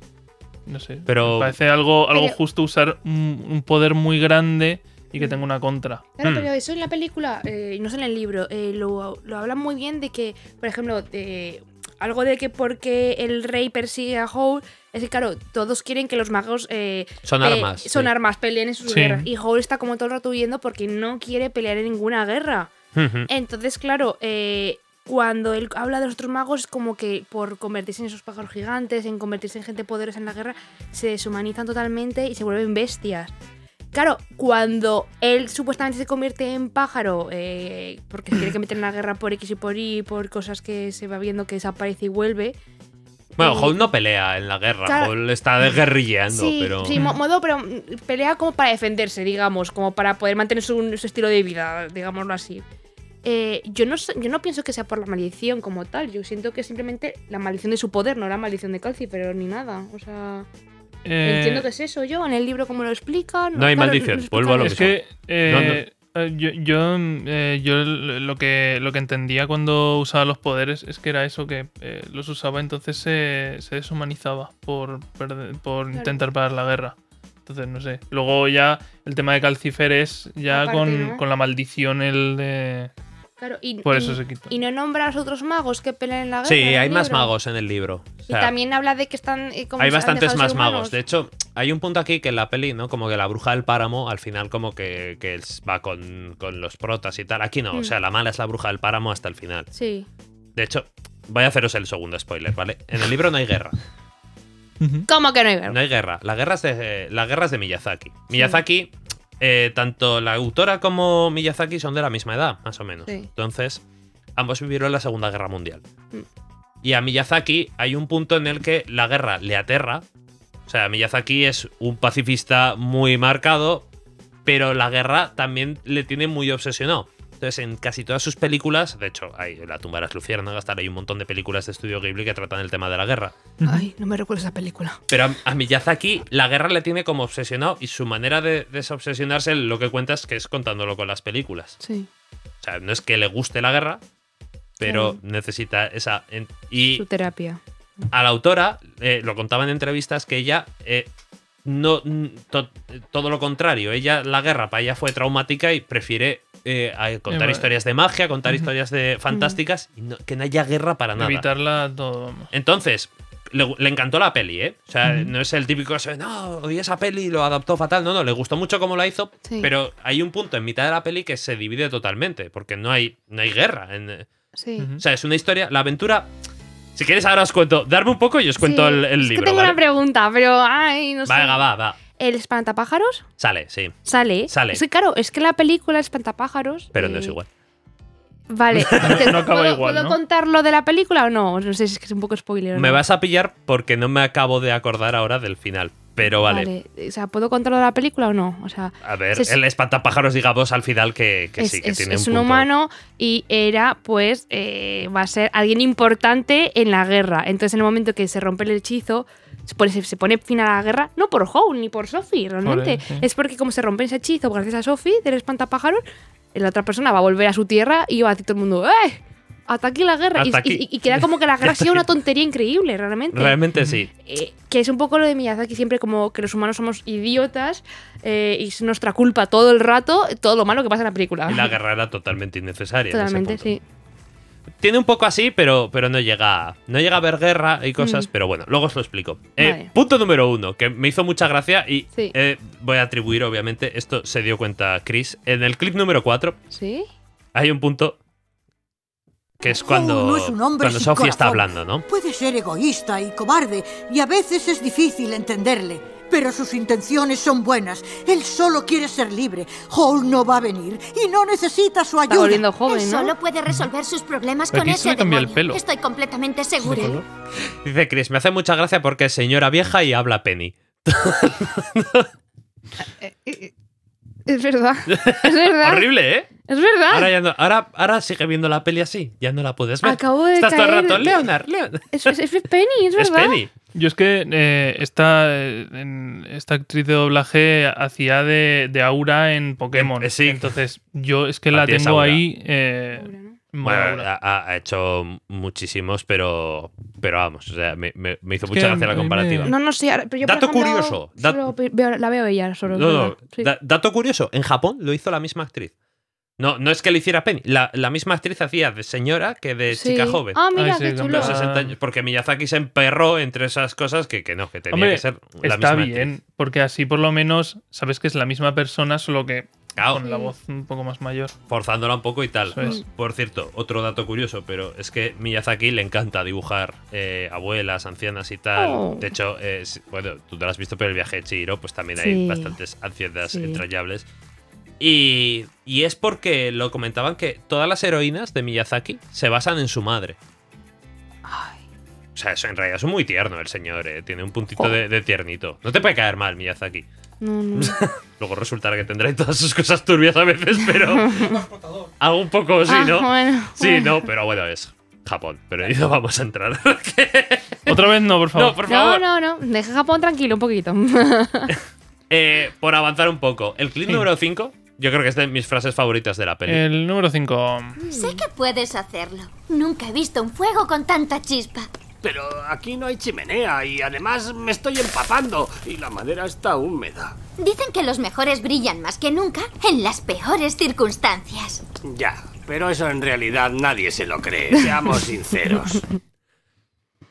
Speaker 2: No sé.
Speaker 4: Pero-
Speaker 2: me parece algo, algo
Speaker 3: Pero- Mm.
Speaker 2: justo usar un, un poder muy grande y que tenga una contra.
Speaker 3: Claro,
Speaker 4: Mm.
Speaker 3: pero eso en la película, eh, y no sale en el libro, eh, lo, lo hablan muy bien de que, por ejemplo, de- algo de que porque el rey persigue a Howl, es que claro, todos quieren que los magos eh,
Speaker 4: Son
Speaker 3: pe-
Speaker 4: armas.
Speaker 3: son
Speaker 4: sí.
Speaker 3: armas, peleen en sus
Speaker 2: Sí.
Speaker 3: guerras. Y Howl está como todo el rato huyendo porque no quiere pelear en ninguna guerra.
Speaker 2: Hmm.
Speaker 4: Ujú.
Speaker 3: Entonces, claro, eh, cuando él habla de los otros magos, es como que por convertirse en esos pájaros gigantes, en convertirse en gente poderosa en la guerra, se deshumanizan totalmente y se vuelven bestias. Claro, cuando él supuestamente se convierte en pájaro, eh, porque se quiere que meter en la guerra por X y por Y, por cosas que se va viendo que desaparece y vuelve.
Speaker 4: Bueno,
Speaker 3: eh,
Speaker 4: Howl no pelea en la guerra,
Speaker 3: claro.
Speaker 4: Howl está de guerrilleando,
Speaker 3: sí,
Speaker 4: pero.
Speaker 3: sí, mo- modo, pero mm, pelea como para defenderse, digamos, como para poder mantener su, su estilo de vida, digámoslo así. Eh, yo, no, sé- yo no pienso que sea por la maldición como tal, yo siento que simplemente la maldición de su poder, no la maldición de Calcifer ni nada. O sea,
Speaker 2: Eh,
Speaker 3: entiendo que es eso yo, en el libro como lo explican.
Speaker 4: No hay
Speaker 3: claro,
Speaker 4: maldición,
Speaker 3: explican
Speaker 4: vuelvo a lo
Speaker 2: es
Speaker 3: eso.
Speaker 2: que eh, eh, yo, yo, mm, eh, yo l- lo que lo que entendía cuando usaba los poderes es que era eso que eh, los usaba entonces se- se deshumanizaba por perder- por
Speaker 3: Claro.
Speaker 2: intentar parar la guerra entonces no sé luego ya el tema de Calcifer es ya
Speaker 3: Aparte,
Speaker 2: con,
Speaker 3: ¿no?
Speaker 2: con la maldición el de
Speaker 3: Claro, y,
Speaker 2: por
Speaker 3: y-
Speaker 2: eso se quitó
Speaker 3: y no nombra a los otros magos que pelean en la guerra.
Speaker 4: Sí,
Speaker 3: en el
Speaker 4: hay más
Speaker 3: libro.
Speaker 4: magos en el libro. O
Speaker 3: Y
Speaker 4: sea,
Speaker 3: también habla de que están. eh, como
Speaker 4: hay
Speaker 3: se han
Speaker 4: bastantes
Speaker 3: dejado
Speaker 4: más
Speaker 3: ser
Speaker 4: magos.
Speaker 3: humanos.
Speaker 4: De hecho, hay un punto aquí que en la peli, ¿no? Como que la bruja del páramo al final como que, que es- va con, con los protas y tal. Aquí no, o
Speaker 3: Mm.
Speaker 4: sea, la mala es la bruja del páramo hasta el final.
Speaker 3: Sí.
Speaker 4: De hecho, voy a haceros el segundo spoiler, ¿vale? En el libro no hay guerra.
Speaker 2: Ujú.
Speaker 3: ¿Cómo que no hay guerra?
Speaker 4: No hay guerra. La guerra es de, la guerra es de Miyazaki. Miyazaki, eh, tanto la autora como Miyazaki son de la misma edad, más o menos.
Speaker 3: Sí.
Speaker 4: Entonces, ambos vivieron la Segunda Guerra Mundial.
Speaker 3: Mm.
Speaker 4: Y a Miyazaki hay un punto en el que la guerra le aterra. O sea, Miyazaki es un pacifista muy marcado, pero la guerra también le tiene muy obsesionado. Entonces, en casi todas sus películas, de hecho, hay La tumba de las luciérnagas, tal, hay un montón de películas de estudio Ghibli que tratan el tema de la guerra.
Speaker 3: Ay, no me recuerdo esa película.
Speaker 4: Pero a, a Miyazaki la guerra le tiene como obsesionado y su manera de desobsesionarse lo que cuenta es que es contándolo con las películas.
Speaker 3: Sí.
Speaker 4: O sea, no es que le guste la guerra, pero
Speaker 3: Claro.
Speaker 4: necesita esa... en- y
Speaker 3: Su terapia.
Speaker 4: a la autora, eh, lo contaba en entrevistas, que ella eh, no n- to- todo lo contrario. Ella, la guerra para ella fue traumática y prefiere eh, a- contar
Speaker 3: Em,
Speaker 2: bueno.
Speaker 4: historias de magia, contar historias de fantásticas, y no- que no haya guerra para nada.
Speaker 2: evitarla todo vamos.
Speaker 4: Entonces, le, le encantó la peli, ¿eh? O sea, no es el típico, eso de, no, odié esa peli y lo adaptó fatal. No, no, le gustó mucho cómo la hizo,
Speaker 3: Sí.
Speaker 4: pero hay un punto en mitad de la peli que se divide totalmente, porque no hay, no hay guerra. en- eh,
Speaker 3: Sí.
Speaker 2: Ujú.
Speaker 4: o sea, es una historia, la aventura... Si quieres, ahora os cuento, darme un poco y os cuento
Speaker 3: Sí,
Speaker 4: el, el
Speaker 3: es
Speaker 4: libro.
Speaker 3: Que tengo
Speaker 4: ¿vale?
Speaker 3: una pregunta, pero ay, no sé.
Speaker 4: Venga, va, va.
Speaker 3: ¿El espantapájaros
Speaker 4: Sale, sí,
Speaker 3: sale?
Speaker 4: Sale.
Speaker 3: Sí, claro, es que la película Espantapájaros.
Speaker 4: pero
Speaker 3: eh,
Speaker 4: no es igual.
Speaker 3: Vale.
Speaker 2: No acaba
Speaker 3: ¿Puedo,
Speaker 2: igual,
Speaker 3: ¿puedo
Speaker 2: ¿no?
Speaker 3: contar lo de la película o no? No sé si es que es un poco spoiler. ¿no?
Speaker 4: Me vas a pillar porque no me acabo de acordar ahora del final, pero vale.
Speaker 3: O sea, ¿puedo contar lo de la película o no? O sea,
Speaker 4: A ver,
Speaker 3: Se-
Speaker 4: el espantapájaros, digamos, al final que, que
Speaker 3: es,
Speaker 4: sí, que
Speaker 3: es-
Speaker 4: tiene
Speaker 3: es
Speaker 4: un,
Speaker 3: un,
Speaker 4: punto.
Speaker 3: humano y era, pues, eh, va a ser alguien importante en la guerra. Entonces, en el momento que se rompe el hechizo, se pone, se, se pone fin a la guerra, no por Howl ni por Sophie, realmente.
Speaker 2: él, sí.
Speaker 3: Es porque como se rompe ese hechizo gracias a Sophie del espantapájaros, la otra persona va a volver a su tierra y va a decir todo el mundo, ¡eh! Hasta aquí la guerra. Y,
Speaker 4: Hasta aquí.
Speaker 3: y- y queda como que la guerra sea una tontería increíble, realmente.
Speaker 4: Realmente sí.
Speaker 3: Eh, que es un poco lo de Miyazaki siempre como que los humanos somos idiotas eh, y es nuestra culpa todo el rato todo lo malo que pasa en la película.
Speaker 4: Y la guerra era totalmente innecesaria. en ese
Speaker 3: Totalmente,
Speaker 4: punto.
Speaker 3: sí.
Speaker 4: Tiene un poco así, pero, pero no llega a, no llega a ver guerra y cosas,
Speaker 3: Mm.
Speaker 4: pero bueno, luego os lo explico. Eh,
Speaker 3: Vale.
Speaker 4: Punto número uno, que me hizo mucha gracia y
Speaker 3: Sí.
Speaker 4: eh, voy a atribuir, obviamente, esto se dio cuenta Chris. En el clip número 4
Speaker 3: ¿Sí?
Speaker 4: hay un punto que es cuando,
Speaker 10: Oh, no es un hombre
Speaker 4: cuando
Speaker 10: sin
Speaker 4: Sophie está
Speaker 10: corazón.
Speaker 4: hablando, ¿no?
Speaker 10: Puede ser egoísta y cobarde, y a veces es difícil entenderle. Pero sus intenciones son buenas. Él solo quiere ser libre. Hall no va a venir y no necesita su
Speaker 3: Está
Speaker 10: ayuda.
Speaker 3: volviendo
Speaker 7: Él
Speaker 3: joven, ¿no?
Speaker 7: solo puede resolver sus problemas
Speaker 2: Pero
Speaker 7: con
Speaker 2: aquí se le
Speaker 7: ese
Speaker 2: cambia el
Speaker 7: demonio.
Speaker 2: pelo.
Speaker 7: Estoy completamente
Speaker 2: ¿De
Speaker 7: segura.
Speaker 2: color?
Speaker 4: Dice Chris, me hace mucha gracia porque es señora vieja y habla Penny.
Speaker 3: Eh, Es verdad. Es verdad. Ah.
Speaker 4: Horrible, ¿eh?
Speaker 3: Es verdad.
Speaker 4: Ahora, ya no- ahora, ahora sigue viendo la peli así, ya no la puedes ver.
Speaker 3: Acabo de
Speaker 4: Estás todo
Speaker 3: caer-
Speaker 4: el rato, Leonard, Leonard.
Speaker 3: Es, es- es Penny, es
Speaker 4: Es
Speaker 3: verdad.
Speaker 4: Penny.
Speaker 2: Yo es que eh, esta, eh, en- esta actriz de doblaje hacía de, de Aura en Pokémon.
Speaker 4: Eh, sí.
Speaker 2: Entonces, yo es que
Speaker 4: Para
Speaker 2: la
Speaker 4: ti es
Speaker 2: tengo
Speaker 4: Aura.
Speaker 2: ahí. eh,
Speaker 3: Aura, ¿no?
Speaker 4: Bueno,
Speaker 2: Aura.
Speaker 4: ha- ha, ha hecho muchísimos, pero, pero vamos, o sea, me, me- me hizo
Speaker 2: Es
Speaker 4: mucha
Speaker 2: que
Speaker 4: gracia
Speaker 2: a
Speaker 4: la
Speaker 2: mí
Speaker 4: comparativa.
Speaker 2: me-
Speaker 3: No, no sé. ahora- Pero yo, por
Speaker 4: Dato
Speaker 3: ejemplo,
Speaker 4: curioso, dat-
Speaker 3: solo pe- veo- la veo ella solo. es
Speaker 4: No, no,
Speaker 3: verdad, sí.
Speaker 4: da- dato curioso, en Japón lo hizo la misma actriz. No, no es que lo hiciera Penny, la, la misma actriz hacía de señora que de
Speaker 3: Sí.
Speaker 4: eh, chica joven.
Speaker 3: Ah, mira,
Speaker 2: Ay, sí,
Speaker 3: qué
Speaker 2: cambia
Speaker 3: chulo.
Speaker 4: Los 60 años, porque Miyazaki se emperró entre esas cosas que, que no, que tenía
Speaker 2: Hombre,
Speaker 4: que ser la
Speaker 2: Está
Speaker 4: misma
Speaker 2: bien,
Speaker 4: actriz.
Speaker 2: porque así por lo menos sabes que es la misma persona, solo que
Speaker 4: Claro.
Speaker 2: con la voz un poco más mayor.
Speaker 4: forzándola un poco y tal.
Speaker 2: Eso es.
Speaker 4: Por cierto, otro dato curioso, pero es que Miyazaki le encanta dibujar eh, abuelas, ancianas y tal.
Speaker 3: Oh.
Speaker 4: De hecho, eh, si- bueno, tú te lo has visto, pero el viaje de Chihiro, pues también
Speaker 3: Sí.
Speaker 4: hay bastantes ancianas
Speaker 3: Sí.
Speaker 4: entrañables. Y, y es porque lo comentaban que todas las heroínas de Miyazaki se basan en su madre. O sea, eso en realidad es muy tierno el señor, eh, tiene un puntito de, de tiernito. No te puede caer mal Miyazaki.
Speaker 3: No, no.
Speaker 4: Luego resultará que tendrá todas sus cosas turbias a veces, pero algo un poco pues sí,
Speaker 3: Ah,
Speaker 4: ¿no?
Speaker 3: bueno,
Speaker 4: Sí,
Speaker 3: bueno.
Speaker 4: no, pero bueno, es Japón. Pero ahí no vamos a entrar.
Speaker 2: Otra vez no, por favor.
Speaker 4: no, por
Speaker 3: No,
Speaker 4: favor.
Speaker 3: no, no. Deja Japón tranquilo un poquito.
Speaker 4: Eh, por avanzar un poco, el clip
Speaker 2: Sí.
Speaker 4: número 5, yo creo que es de mis frases favoritas de la peli.
Speaker 2: El número 5.
Speaker 7: Sé que puedes hacerlo. Nunca he visto un fuego con tanta chispa.
Speaker 11: Pero aquí no hay chimenea y además me estoy empapando y la madera está húmeda.
Speaker 7: Dicen que los mejores brillan más que nunca en las peores circunstancias.
Speaker 11: Ya, pero eso en realidad nadie se lo cree, seamos sinceros.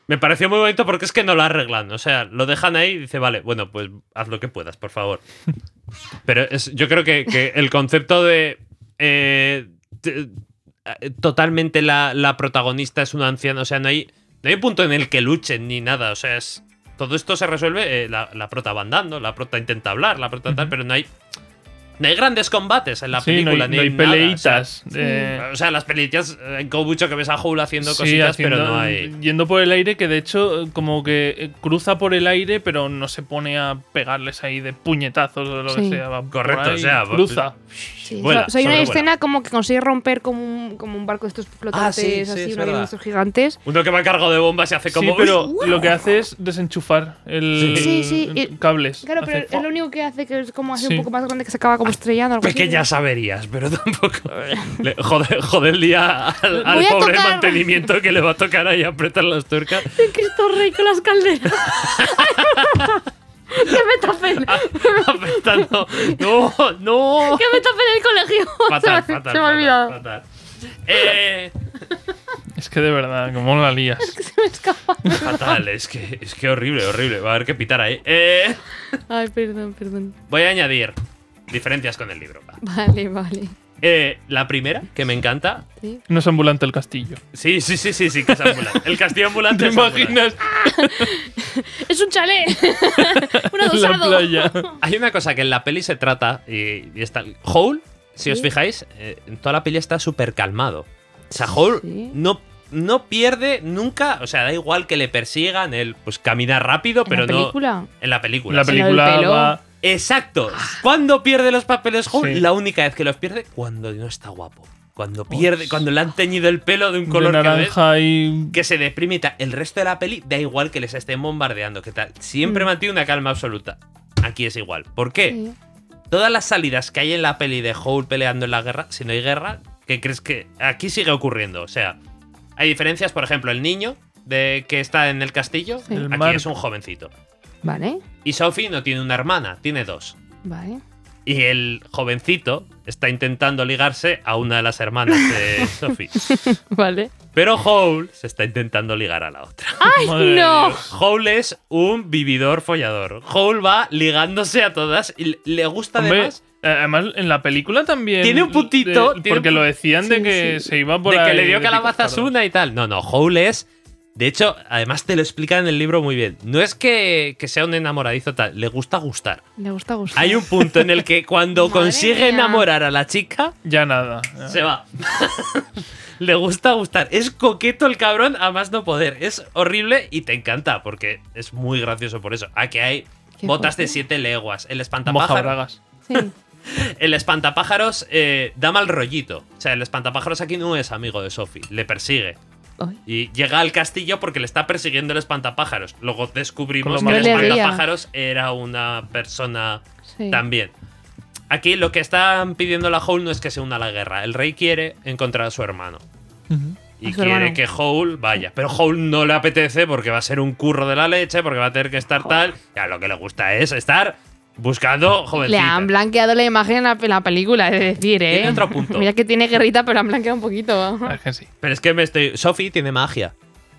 Speaker 4: Me pareció muy bonito porque es que no lo arreglan. O sea, lo dejan ahí y dice, vale, bueno, pues haz lo que puedas, por favor. Pero es- yo creo que, que el concepto de. eh, t- eh, totalmente la, la protagonista es una anciana. O sea, no hay, no hay un punto en el que luchen ni nada. O sea, es. Todo esto se resuelve. eh, la, la prota va andando, la prota intenta hablar, la prota tal, pero no hay. No hay grandes combates en la
Speaker 2: Sí, no hay,
Speaker 4: película,
Speaker 2: no hay
Speaker 4: ni nada, o sea,
Speaker 2: peleitas. eh,
Speaker 4: o sea, las peleitas eh, en mucho que ves a Howl haciendo
Speaker 2: sí,
Speaker 4: cositas, pero
Speaker 2: haciendo-
Speaker 4: no hay.
Speaker 2: Yendo por el aire, que de hecho, eh, como que eh, cruza por el aire, pero no se pone a pegarles ahí de puñetazos o lo que
Speaker 3: Sí.
Speaker 2: sea. va por
Speaker 4: Correcto,
Speaker 2: ahí,
Speaker 4: o sea,
Speaker 2: Cruza.
Speaker 3: Sí,
Speaker 4: Vuela,
Speaker 3: so- soy una
Speaker 4: sobrevuela.
Speaker 3: escena como que consigue romper como un, como un barco de estos flotantes,
Speaker 4: Ah, sí, sí,
Speaker 3: así,
Speaker 4: es
Speaker 3: un avión
Speaker 4: verdad.
Speaker 3: de estos gigantes.
Speaker 4: Uno que va cargado de bombas y hace
Speaker 2: Sí,
Speaker 4: como.
Speaker 2: pero lo que hace es desenchufar el,
Speaker 3: Sí, sí,
Speaker 2: el-
Speaker 3: y-
Speaker 2: cables.
Speaker 3: Claro, pero
Speaker 2: Hace-
Speaker 3: es lo único que hace que es como así
Speaker 2: Sí.
Speaker 3: un poco más grande que se acaba como estrellando. Algo así.
Speaker 4: Pequeñas averías, pero tampoco. Le- joder, joder el día al, al
Speaker 3: Voy a
Speaker 4: pobre
Speaker 3: tocar.
Speaker 4: mantenimiento que le va a tocar ahí apretar las tuercas.
Speaker 3: Cristo Rey con las calderas. ¡Qué metafen!
Speaker 4: Apretando. No, no.
Speaker 3: ¡Qué metafen en el colegio!
Speaker 4: Fatal,
Speaker 3: se me,
Speaker 4: fatal.
Speaker 3: se me ha
Speaker 4: fatal,
Speaker 3: olvidado.
Speaker 4: fatal. Eh,
Speaker 2: Es que de verdad, como la lías.
Speaker 3: Se me escapa.
Speaker 4: fatal, es que, es que horrible, horrible. Va a haber que pitar ahí. Eh,
Speaker 3: Ay, perdón, perdón.
Speaker 4: voy a añadir diferencias con el libro. va.
Speaker 3: Vale, vale.
Speaker 4: Eh, la primera, que me encanta.
Speaker 3: Sí.
Speaker 2: No es ambulante el castillo.
Speaker 4: Sí, sí, sí, sí, sí, que es ambulante. El castillo ambulante.
Speaker 2: ¿Te
Speaker 4: es ambulante.
Speaker 2: imaginas
Speaker 3: ¡Es un chalet! ¡Un
Speaker 2: en la
Speaker 3: adosado!
Speaker 2: playa?
Speaker 4: Hay una cosa que en la peli se trata y, y está Hole, si os fijáis, eh, en toda la peli está súper calmado. O sea, Hole
Speaker 3: Sí.
Speaker 4: no, no pierde nunca, o sea, da igual que le persigan, él pues camina rápido, pero
Speaker 3: ¿En la
Speaker 4: no
Speaker 3: película?
Speaker 4: en la
Speaker 2: En
Speaker 4: película.
Speaker 2: la
Speaker 4: Pues sí.
Speaker 2: película
Speaker 3: pelo.
Speaker 2: va.
Speaker 3: Ah.
Speaker 4: Exacto. ¿Cuándo pierde los papeles Hole?
Speaker 2: Sí.
Speaker 4: La única vez que los pierde cuando no está guapo. Cuando pierde, cuando le han teñido el pelo de un color que no es,
Speaker 2: naranja y.
Speaker 4: que se deprime y tal. El resto de la peli da igual que les estén bombardeando, que tal. Siempre
Speaker 2: Mm.
Speaker 4: mantiene una calma absoluta. Aquí es igual. ¿Por qué? Todas las salidas que hay en la peli de Howl peleando en la guerra, si no hay guerra, ¿qué crees que aquí sigue ocurriendo? O sea, hay diferencias, por ejemplo, el niño de que está en el castillo,
Speaker 3: Sí. El
Speaker 4: aquí
Speaker 3: Mark.
Speaker 4: es un jovencito.
Speaker 3: Vale,
Speaker 4: Y Sophie no tiene una hermana, tiene dos.
Speaker 3: vale.
Speaker 4: Y el jovencito está intentando ligarse a una de las hermanas de Sophie.
Speaker 3: vale.
Speaker 4: Pero Howl se está intentando ligar a la otra.
Speaker 3: ¡Ay, Madre no! de
Speaker 4: Howl es un vividor follador. Howl va ligándose a todas y le gusta
Speaker 2: Hombre, eh,
Speaker 4: además.
Speaker 2: Además, en la película también.
Speaker 4: Tiene un puntito,
Speaker 2: de-
Speaker 4: tiene
Speaker 2: porque
Speaker 4: un
Speaker 2: lo
Speaker 4: pu-
Speaker 2: decían de
Speaker 4: Sí,
Speaker 2: que
Speaker 4: sí.
Speaker 2: se iba por
Speaker 4: de
Speaker 2: ahí.
Speaker 4: que le dio
Speaker 2: de
Speaker 4: calabazas
Speaker 2: picos
Speaker 4: una y tal. No, no, Howl es. De hecho, además te lo explican en el libro muy bien. No es que, que sea un enamoradizo tal, le gusta gustar.
Speaker 3: Me gusta gustar.
Speaker 4: Hay un punto en el que cuando
Speaker 3: Madre
Speaker 4: consigue
Speaker 3: mía.
Speaker 4: enamorar a la chica,
Speaker 2: Ya nada. ya.
Speaker 4: se va. Le gusta gustar. Es coqueto el cabrón a más no poder. Es horrible y te encanta porque es muy gracioso por eso. Aquí hay
Speaker 3: Qué
Speaker 4: botas
Speaker 3: fuerte.
Speaker 4: de siete leguas. El
Speaker 2: Moja
Speaker 4: espantapájaros.
Speaker 2: bragas.
Speaker 3: Sí.
Speaker 4: El espantapájaros eh, da mal rollito. O sea, el espantapájaros aquí no es amigo de Sophie. Le persigue.
Speaker 3: Ay.
Speaker 4: Y llega al castillo porque le está persiguiendo el espantapájaros. Luego descubrimos
Speaker 2: Con lo
Speaker 4: que el
Speaker 2: malo.
Speaker 3: No le veía.
Speaker 4: espantapájaros era una persona
Speaker 3: Sí.
Speaker 4: también. Aquí lo que están pidiendo la Howl no es que se una a la guerra. El rey quiere encontrar a su hermano. Y
Speaker 3: A su
Speaker 4: quiere
Speaker 3: hermano.
Speaker 4: que Howl vaya. Pero Howl no le apetece porque va a ser un curro de la leche, porque va a tener que estar tal. Ya lo que le gusta es estar buscando
Speaker 3: Le
Speaker 4: jovencitas.
Speaker 3: han blanqueado la imagen en la, en la película, es decir, ¿eh?
Speaker 4: Tiene otro punto.
Speaker 3: Mira que tiene guerrita, pero la han blanqueado un poquito.
Speaker 2: Es que sí.
Speaker 4: Pero es que me estoy. Sophie tiene magia.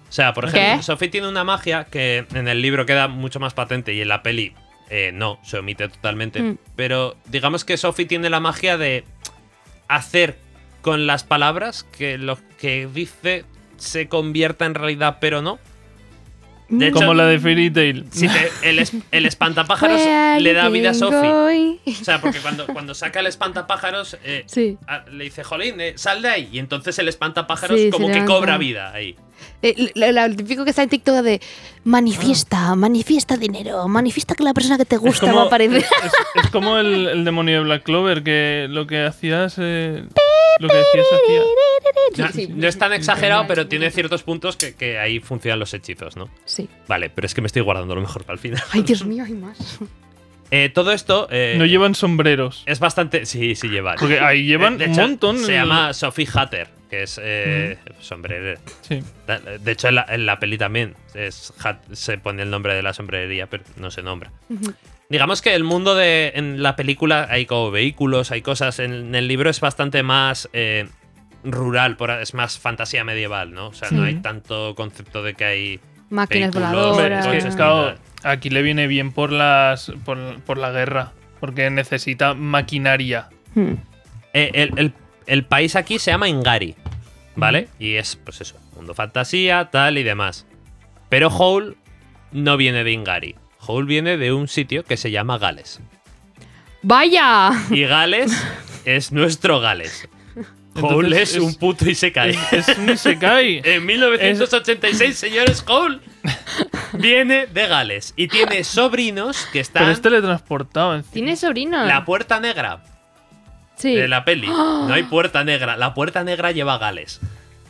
Speaker 4: O sea, por ejemplo,
Speaker 3: ¿Qué?
Speaker 4: Sophie tiene una magia que en el libro queda mucho más patente y en la peli eh, no, se omite totalmente.
Speaker 3: Mm.
Speaker 4: Pero digamos que Sophie tiene la magia de hacer con las palabras que lo que dice se convierta en realidad, pero no. De hecho,
Speaker 2: Como la de Fairy Tail.
Speaker 4: si te- el, es- el espantapájaros le da vida a Sophie. O sea, porque cuando, cuando saca el espantapájaros, eh,
Speaker 3: Sí.
Speaker 4: a- le dice, Jolín, eh, sal de ahí. Y entonces el espantapájaros
Speaker 3: Sí, se
Speaker 4: como que
Speaker 3: levanta.
Speaker 4: cobra vida ahí.
Speaker 3: Eh, lo, lo- lo típico que está en TikTok de manifiesta, manifiesta dinero, manifiesta que la persona que te gusta va a aparecer.
Speaker 2: Es como el, el demonio de Black Clover, que lo que hacías. eh, lo que decías hacía.
Speaker 4: No,
Speaker 3: Sí, sí.
Speaker 4: no es tan exagerado, pero tiene ciertos puntos que, que ahí funcionan los hechizos, ¿no?
Speaker 3: Sí.
Speaker 4: Vale, pero es que me estoy guardando lo mejor para el final.
Speaker 3: Ay, Dios mío, hay más.
Speaker 4: Eh, todo esto eh,
Speaker 2: No llevan sombreros.
Speaker 4: es bastante... Sí, sí llevan.
Speaker 2: Porque ahí llevan
Speaker 4: De
Speaker 2: un
Speaker 4: hecho,
Speaker 2: montón.
Speaker 4: Se llama Sophie Hatter, que es eh, sombrerera.
Speaker 2: Sí.
Speaker 4: Da- De hecho, en la, en la peli también es Hat- se pone el nombre de la sombrería, pero no se nombra. Digamos que el mundo de en la película hay como vehículos, hay cosas. En, en el libro es bastante más eh, rural, por- es más fantasía medieval, ¿no? O sea, no
Speaker 3: Sí.
Speaker 4: hay tanto conceppto de que hay.
Speaker 3: Máquinas
Speaker 4: Vehículos,
Speaker 2: Hombre,
Speaker 3: voladoras.
Speaker 2: es que,
Speaker 4: Ahora-
Speaker 2: claro, aquí le viene bien por las por, por la guerra, porque necesita maquinaria.
Speaker 3: Hmm.
Speaker 4: Eh, el, el- el país aquí se llama Ingari, ¿vale? Y es, pues eso, mundo fantasía, tal y demás. Pero Howl no viene de Ingari. Howl viene de un sitio que se llama Gales.
Speaker 3: ¡Vaya!
Speaker 4: Y Gales es nuestro Gales. Howl
Speaker 2: Entonces
Speaker 4: es,
Speaker 2: es-
Speaker 4: un puto y se cae.
Speaker 2: Es un Isekai.
Speaker 4: En 1986, señores, Howl viene de Gales y tiene sobrinos que
Speaker 2: Pero este
Speaker 4: están
Speaker 2: es teletransportado. encima.
Speaker 3: Tiene sobrino.
Speaker 4: la puerta negra
Speaker 3: sí.
Speaker 4: de la peli. No hay puerta negra, la puerta negra lleva a Gales.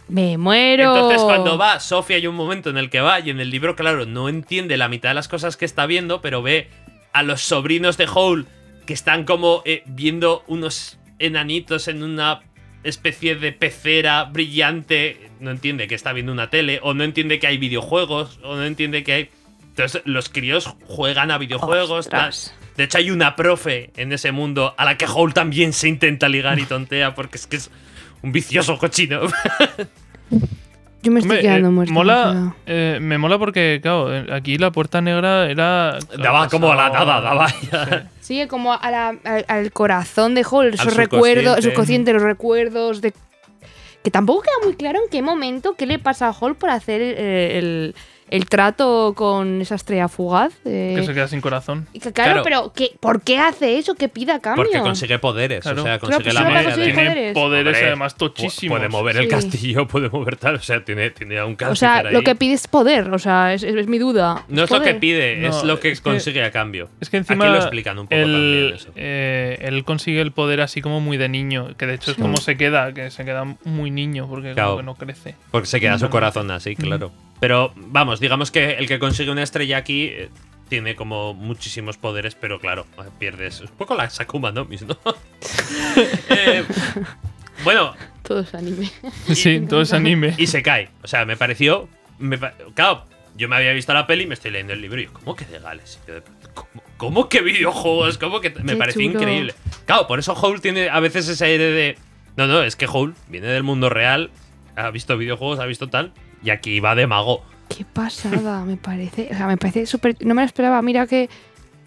Speaker 3: Me muero.
Speaker 4: Entonces cuando va, Sofía hay un momento en el que va y en el libro, claro, no entiende la mitad de las cosas que está viendo, pero ve a los sobrinos de Howl que están como eh, viendo unos enanitos en una especie de pecera brillante. No entiende que está viendo una tele, o no entiende que hay videojuegos, o no entiende que hay... Entonces los críos juegan a videojuegos. tal.
Speaker 3: Ostras.
Speaker 4: De hecho hay una profe en ese mundo a la que Howl también se intenta ligar y tontea porque es que es un vicioso cochino.
Speaker 3: Yo me estoy
Speaker 2: Hombre,
Speaker 3: quedando
Speaker 2: eh,
Speaker 3: muerto.
Speaker 2: mola, eh, me mola porque, claro, eh, aquí la puerta negra era.
Speaker 4: Daba como a la nada, daba ya.
Speaker 3: Sigue como a la- al, al corazón de Hall, esos
Speaker 4: subconsciente.
Speaker 3: recuerdos, su consciente, los recuerdos de. Que tampoco queda muy claro en qué momento, qué le pasa a Hall por hacer eh, el, el trato con esa estrella fugaz. eh,
Speaker 2: Que se queda sin corazón.
Speaker 3: y que claro,
Speaker 2: Claro.
Speaker 3: pero ¿qué- ¿por qué hace eso? ¿Qué pida a cambio?
Speaker 4: Porque consigue poderes,
Speaker 2: Claro.
Speaker 4: o sea,
Speaker 2: Claro,
Speaker 4: consigue
Speaker 2: pues
Speaker 4: la
Speaker 2: solo para
Speaker 4: magia.
Speaker 2: conseguir
Speaker 4: de-
Speaker 2: poderes. Tiene poderes, además,
Speaker 4: pu-
Speaker 2: tochísimos.
Speaker 4: Puede mover
Speaker 3: Sí.
Speaker 4: el castillo, puede mover tal, o sea, tiene, tiene a un
Speaker 3: o
Speaker 4: calcifer
Speaker 3: sea, lo
Speaker 4: ahí.
Speaker 3: que pide es poder, o sea, es, es- es mi duda.
Speaker 4: No es lo que
Speaker 3: Poder.
Speaker 4: pide,
Speaker 2: No,
Speaker 4: es lo que
Speaker 2: es que-
Speaker 4: consigue a cambio.
Speaker 2: Es que encima.
Speaker 4: Aquí lo explican un poco
Speaker 2: él,
Speaker 4: también eso.
Speaker 2: eh, él consigue el poder así como muy de niño. Que de hecho es
Speaker 4: Sí.
Speaker 2: como se queda, que se queda muy niño porque
Speaker 4: Claro.
Speaker 2: como que no crece.
Speaker 4: Porque se queda su
Speaker 2: Ujú.
Speaker 4: corazón así, claro. Pero vamos, digamos que el que consigue una estrella aquí eh, tiene como muchísimos poderes, pero claro, eh, pierdes. Un poco la Sakuma no Mis, ¿no? Eh, bueno,
Speaker 3: Todo es anime.
Speaker 2: Sí, todo es anime.
Speaker 4: Y se cae. O sea, me pareció. me pa- claro, yo me había visto la peli y me estoy leyendo el libro. Y yo, ¿cómo que de Gales? Y yo, ¿cómo, cómo que videojuegos? ¿Cómo que.? t-?" Me
Speaker 2: Qué
Speaker 4: pareció
Speaker 2: chulo.
Speaker 4: increíble. Claro, por eso Howl tiene a veces ese aire de. No, no, es que Howl viene del mundo real, ha visto videojuegos, ha visto tal, y aquí va de mago.
Speaker 3: Qué pasada, me parece. O sea, me parece súper. No me lo esperaba. Mira que.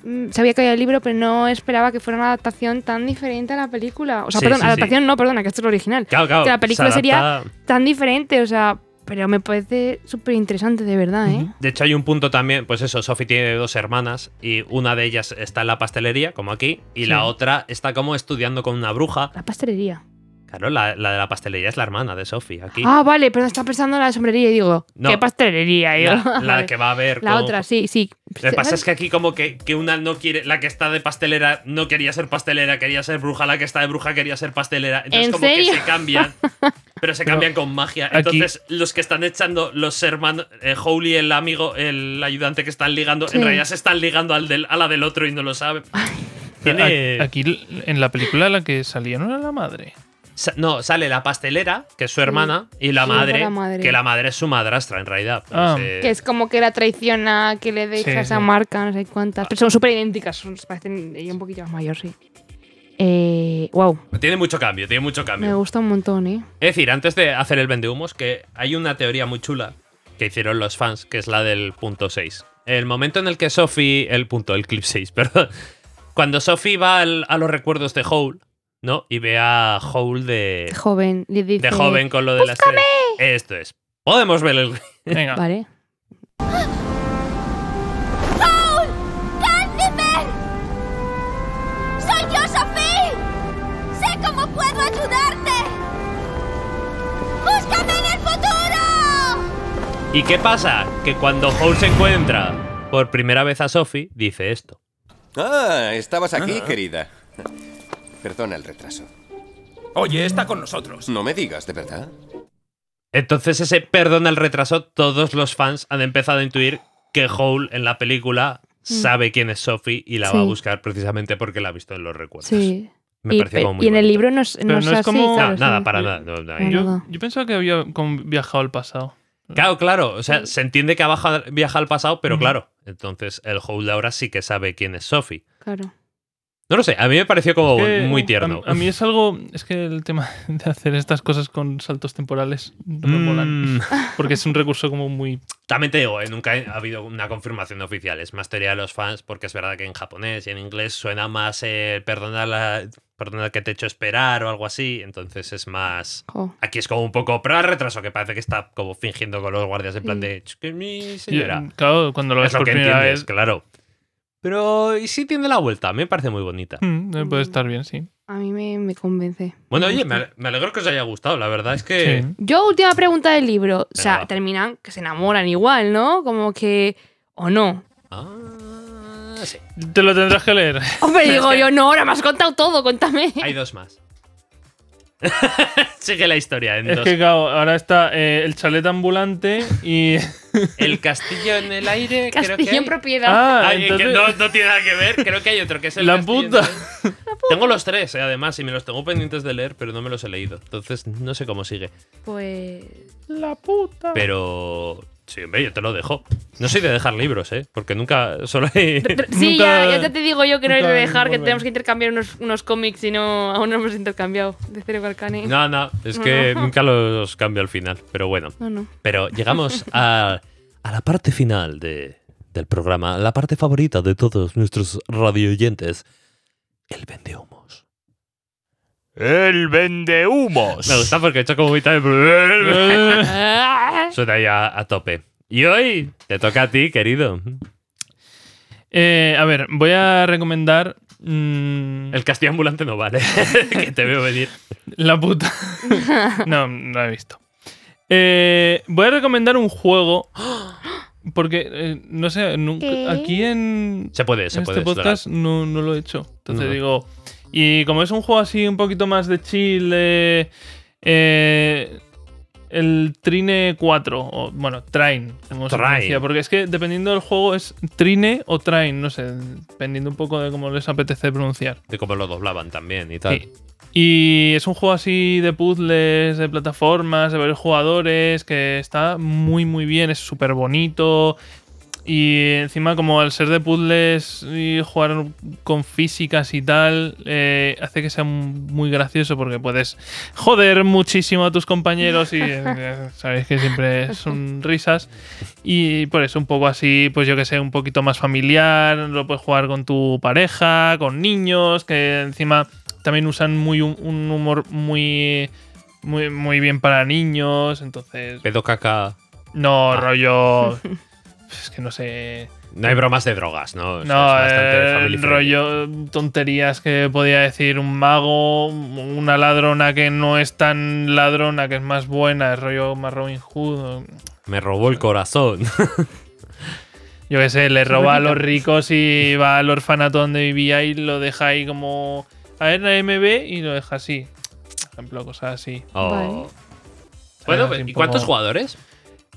Speaker 3: mm, Sabía que había el libro, pero no esperaba que fuera una adaptación tan diferente a la película. O sea,
Speaker 4: Sí,
Speaker 3: perdón,
Speaker 4: sí,
Speaker 3: adaptación
Speaker 4: sí.
Speaker 3: no, perdona, que esto es lo original.
Speaker 4: Claro, claro,
Speaker 3: que la película
Speaker 4: se
Speaker 3: sería
Speaker 4: adapta-
Speaker 3: tan diferente, o sea, pero me parece súper interesante, de verdad, ¿eh?
Speaker 4: De hecho, hay un punto también, pues eso, Sophie tiene dos hermanas y una de ellas está en la pastelería, como aquí, y
Speaker 3: Sí.
Speaker 4: la otra está como estudiando con una bruja.
Speaker 3: La pastelería.
Speaker 4: Claro, la, la de la pastelería es la hermana de Sophie aquí.
Speaker 3: Ah, vale, perdón, estaba pensando en la sombrería y digo,
Speaker 4: No.
Speaker 3: ¿qué pastelería? Digo,
Speaker 4: La, la
Speaker 3: vale.
Speaker 4: que va a ver.
Speaker 3: La
Speaker 4: con-
Speaker 3: otra, sí, sí.
Speaker 4: Lo que pasa es que aquí como que, que una no quiere, la que está de pastelera no quería ser pastelera, quería ser bruja, la que está de bruja quería ser pastelera. Entonces
Speaker 3: ¿En
Speaker 4: como
Speaker 3: serio?
Speaker 4: que se cambian, pero se cambian con magia.
Speaker 2: aquí-
Speaker 4: Entonces los que están echando, los hermanos, eh, Howl y el amigo, el ayudante que están ligando,
Speaker 2: Sí.
Speaker 4: en realidad se están ligando al del- a la del otro y no lo saben.
Speaker 2: Pero
Speaker 4: Tiene-
Speaker 2: a- Aquí, l- en la película la que salía no era la madre.
Speaker 4: Sa- No, sale la pastelera, que es su hermana, y la,
Speaker 3: Sí,
Speaker 4: madre,
Speaker 3: la madre.
Speaker 4: que la madre es su madrastra en realidad. Pues,
Speaker 2: Ah.
Speaker 4: eh,
Speaker 3: Que es como que la traiciona, que le deja
Speaker 4: Sí,
Speaker 3: esa
Speaker 4: sí.
Speaker 3: marca, no sé cuántas. Pero son súper idénticas, son, parecen ella un poquillo más mayor, sí. Eh, wow,
Speaker 4: Tiene mucho cambio, tiene mucho cambio.
Speaker 3: me gusta un montón, ¿eh?
Speaker 4: Es decir, antes de hacer el vendehumos, que hay una teoría muy chula que hicieron los fans, que es la del punto 6. El momento en el que Sophie. El punto, el clip 6, perdón. Cuando Sophie va al- a los recuerdos de Howl, ¿no? Y ve a Howl de.
Speaker 3: Joven, le dice.
Speaker 4: De joven con lo de la estrella. Esto es. Podemos ver el.
Speaker 2: Venga.
Speaker 3: Vale.
Speaker 7: ¡Paul! ¡Calcifer! ¡Soy yo, Sophie! ¡Sé cómo puedo ayudarte! ¡Búscame en el futuro!
Speaker 4: ¿Y qué pasa? Que cuando Howl se encuentra por primera vez a Sophie, dice esto.
Speaker 6: Ah, estabas aquí, querida. Perdona el retraso.
Speaker 8: Oye, está con nosotros.
Speaker 6: No me digas, ¿de verdad?
Speaker 4: Entonces ese perdona el retraso, todos los fans han empezado a intuir que Howl en la película sabe quién es Sophie y la va a
Speaker 3: Mm. Sí.
Speaker 4: buscar precisamente porque la ha visto en los recuerdos.
Speaker 3: Sí.
Speaker 4: Pues Me
Speaker 3: y, eh,
Speaker 4: pareció como muy
Speaker 3: y en el
Speaker 4: bonito.
Speaker 3: libro no, es- no
Speaker 4: Pero
Speaker 3: es
Speaker 4: no es
Speaker 3: así,
Speaker 4: como-
Speaker 3: claro,
Speaker 4: No,
Speaker 3: sí.
Speaker 4: nada, para nada, no, no,
Speaker 3: Para
Speaker 4: yo-
Speaker 3: nada.
Speaker 2: Yo pensaba que había como viajado al pasado.
Speaker 4: Claro, claro. O sea, se entiende que ha baja- viaja al pasado, pero claro. Entonces el Howl de ahora sí que sabe quién es Sophie.
Speaker 3: Claro.
Speaker 4: No lo sé, a mí me pareció como
Speaker 2: Que
Speaker 4: Oh, muy
Speaker 2: a-
Speaker 4: tierno.
Speaker 2: A, mí es algo. Es que el tema de hacer estas cosas con saltos temporales no me molan.
Speaker 4: Mm.
Speaker 2: Porque es un recurso como muy.
Speaker 4: También te digo, eh, nunca ha habido una confirmación oficial. Es más teoría de los fans, porque es verdad que en japonés y en inglés suena más eh, perdona, la- perdona que te he hecho esperar o algo así. Entonces es más.
Speaker 3: Jo.
Speaker 4: Aquí es como un poco para retraso, que parece que está como fingiendo con los guardias en plan de. "Ch, Que mi señora.
Speaker 2: Yo- claro, cuando lo
Speaker 4: Es
Speaker 2: ves por
Speaker 4: que
Speaker 2: primera
Speaker 4: entiendes,
Speaker 2: vez.
Speaker 4: claro. Pero y sí tiene la vuelta, me parece muy bonita.
Speaker 2: mm, eh, puede estar bien, sí.
Speaker 3: A mí me, me convence.
Speaker 4: Bueno, oye, me ale- me alegro que os haya gustado. La verdad es
Speaker 2: Eh,
Speaker 4: que.
Speaker 3: Yo, última pregunta del libro. O sea,
Speaker 4: Venga, va.
Speaker 3: terminan que se enamoran igual, ¿no? Como que. ¿O no?
Speaker 4: Ah, sí.
Speaker 2: Te lo tendrás que leer.
Speaker 3: Hombre, digo yo, no, ahora me has contado todo, cuéntame.
Speaker 4: Hay dos más. Sigue la historia en
Speaker 2: Es
Speaker 4: dos.
Speaker 2: que, claro, ahora está eh, el chalet ambulante y.
Speaker 4: El castillo en el aire, creo que.
Speaker 3: Castillo en
Speaker 4: hay-
Speaker 3: propiedad.
Speaker 2: Ah,
Speaker 4: Ay, que
Speaker 2: entonces-
Speaker 4: no, no tiene nada que ver. Creo que hay otro que es el.
Speaker 2: La
Speaker 4: castillo en
Speaker 2: puta.
Speaker 4: el aire. Tengo los tres, eh, además, y me los tengo pendientes de leer, pero no me los he leído. Entonces no sé cómo sigue.
Speaker 3: Pues.
Speaker 2: La puta.
Speaker 4: Pero. Sí, hombre, yo te lo dejo. No soy de dejar libros, ¿eh? Porque nunca. Solo hay.
Speaker 3: Sí,
Speaker 2: Nunca-
Speaker 3: ya, ya te- te digo yo que no hay de
Speaker 2: nunca
Speaker 3: dejar, que
Speaker 2: vuelven.
Speaker 3: tenemos que intercambiar unos, unos cómics y no, aún no hemos intercambiado de Cero Balcane.
Speaker 4: No, no, es que
Speaker 3: No.
Speaker 4: nunca los cambio al final, pero bueno.
Speaker 3: No, no.
Speaker 4: Pero llegamos a, a la parte final de, del programa, la parte favorita de todos nuestros radioyentes.
Speaker 1: El vendehumos.
Speaker 4: Me gusta porque he hecho como mitad de...
Speaker 3: Ah,
Speaker 4: Suena ahí a, a tope. Y hoy te toca a ti, querido.
Speaker 2: Eh, a ver, voy a recomendar. mm,
Speaker 4: El castillo ambulante no vale. que te veo venir.
Speaker 2: la puta. no, no la he visto. Eh, voy a recomendar un juego. Porque, eh, no sé, nunca-
Speaker 7: ¿Qué?
Speaker 2: aquí en,
Speaker 4: Se puede, se
Speaker 2: en
Speaker 4: puede.
Speaker 2: este podcast no, no lo he hecho. Entonces
Speaker 4: No.
Speaker 2: digo. Y como es un juego así un poquito más de chill. eh, eh, el Trine 4. O, bueno, Train. Como se
Speaker 4: Train.
Speaker 2: pronuncia, porque es que dependiendo del juego es Trine o Train. No sé. Dependiendo un poco de cómo les apetece pronunciar.
Speaker 4: De cómo lo doblaban también y tal.
Speaker 2: Sí. Y es un juego así de puzzles, de plataformas, de varios jugadores, que está muy muy bien, es súper bonito. Y encima como al ser de puzzles y jugar con físicas y tal, eh, hace que sea muy gracioso porque puedes joder muchísimo a tus compañeros y eh, sabéis que siempre son risas. Y por eso un poco así, pues yo que sé, un poquito más familiar, lo puedes jugar con tu pareja, con niños, que encima también usan muy un, un humor muy, muy muy bien para niños, entonces
Speaker 4: Pedo caca.
Speaker 2: no rollo es que no sé,
Speaker 4: No hay bromas de drogas, ¿no? O sea,
Speaker 2: no
Speaker 4: es bastante
Speaker 2: eh,
Speaker 4: family friendly.
Speaker 2: rollo tonterías que podía decir un mago, una ladrona que no es tan ladrona, que es más buena, es rollo más Robin Hood, o-
Speaker 4: Me robó el corazón.
Speaker 2: yo qué sé, le roba a
Speaker 3: bonito.
Speaker 2: los ricos y va al orfanato donde vivía y lo deja ahí como a ver, la MB y lo deja así. Por ejemplo, cosas así.
Speaker 4: Oh.
Speaker 3: Vale.
Speaker 4: Bueno,
Speaker 2: Así un
Speaker 4: ¿y cuántos
Speaker 2: poco-
Speaker 4: jugadores?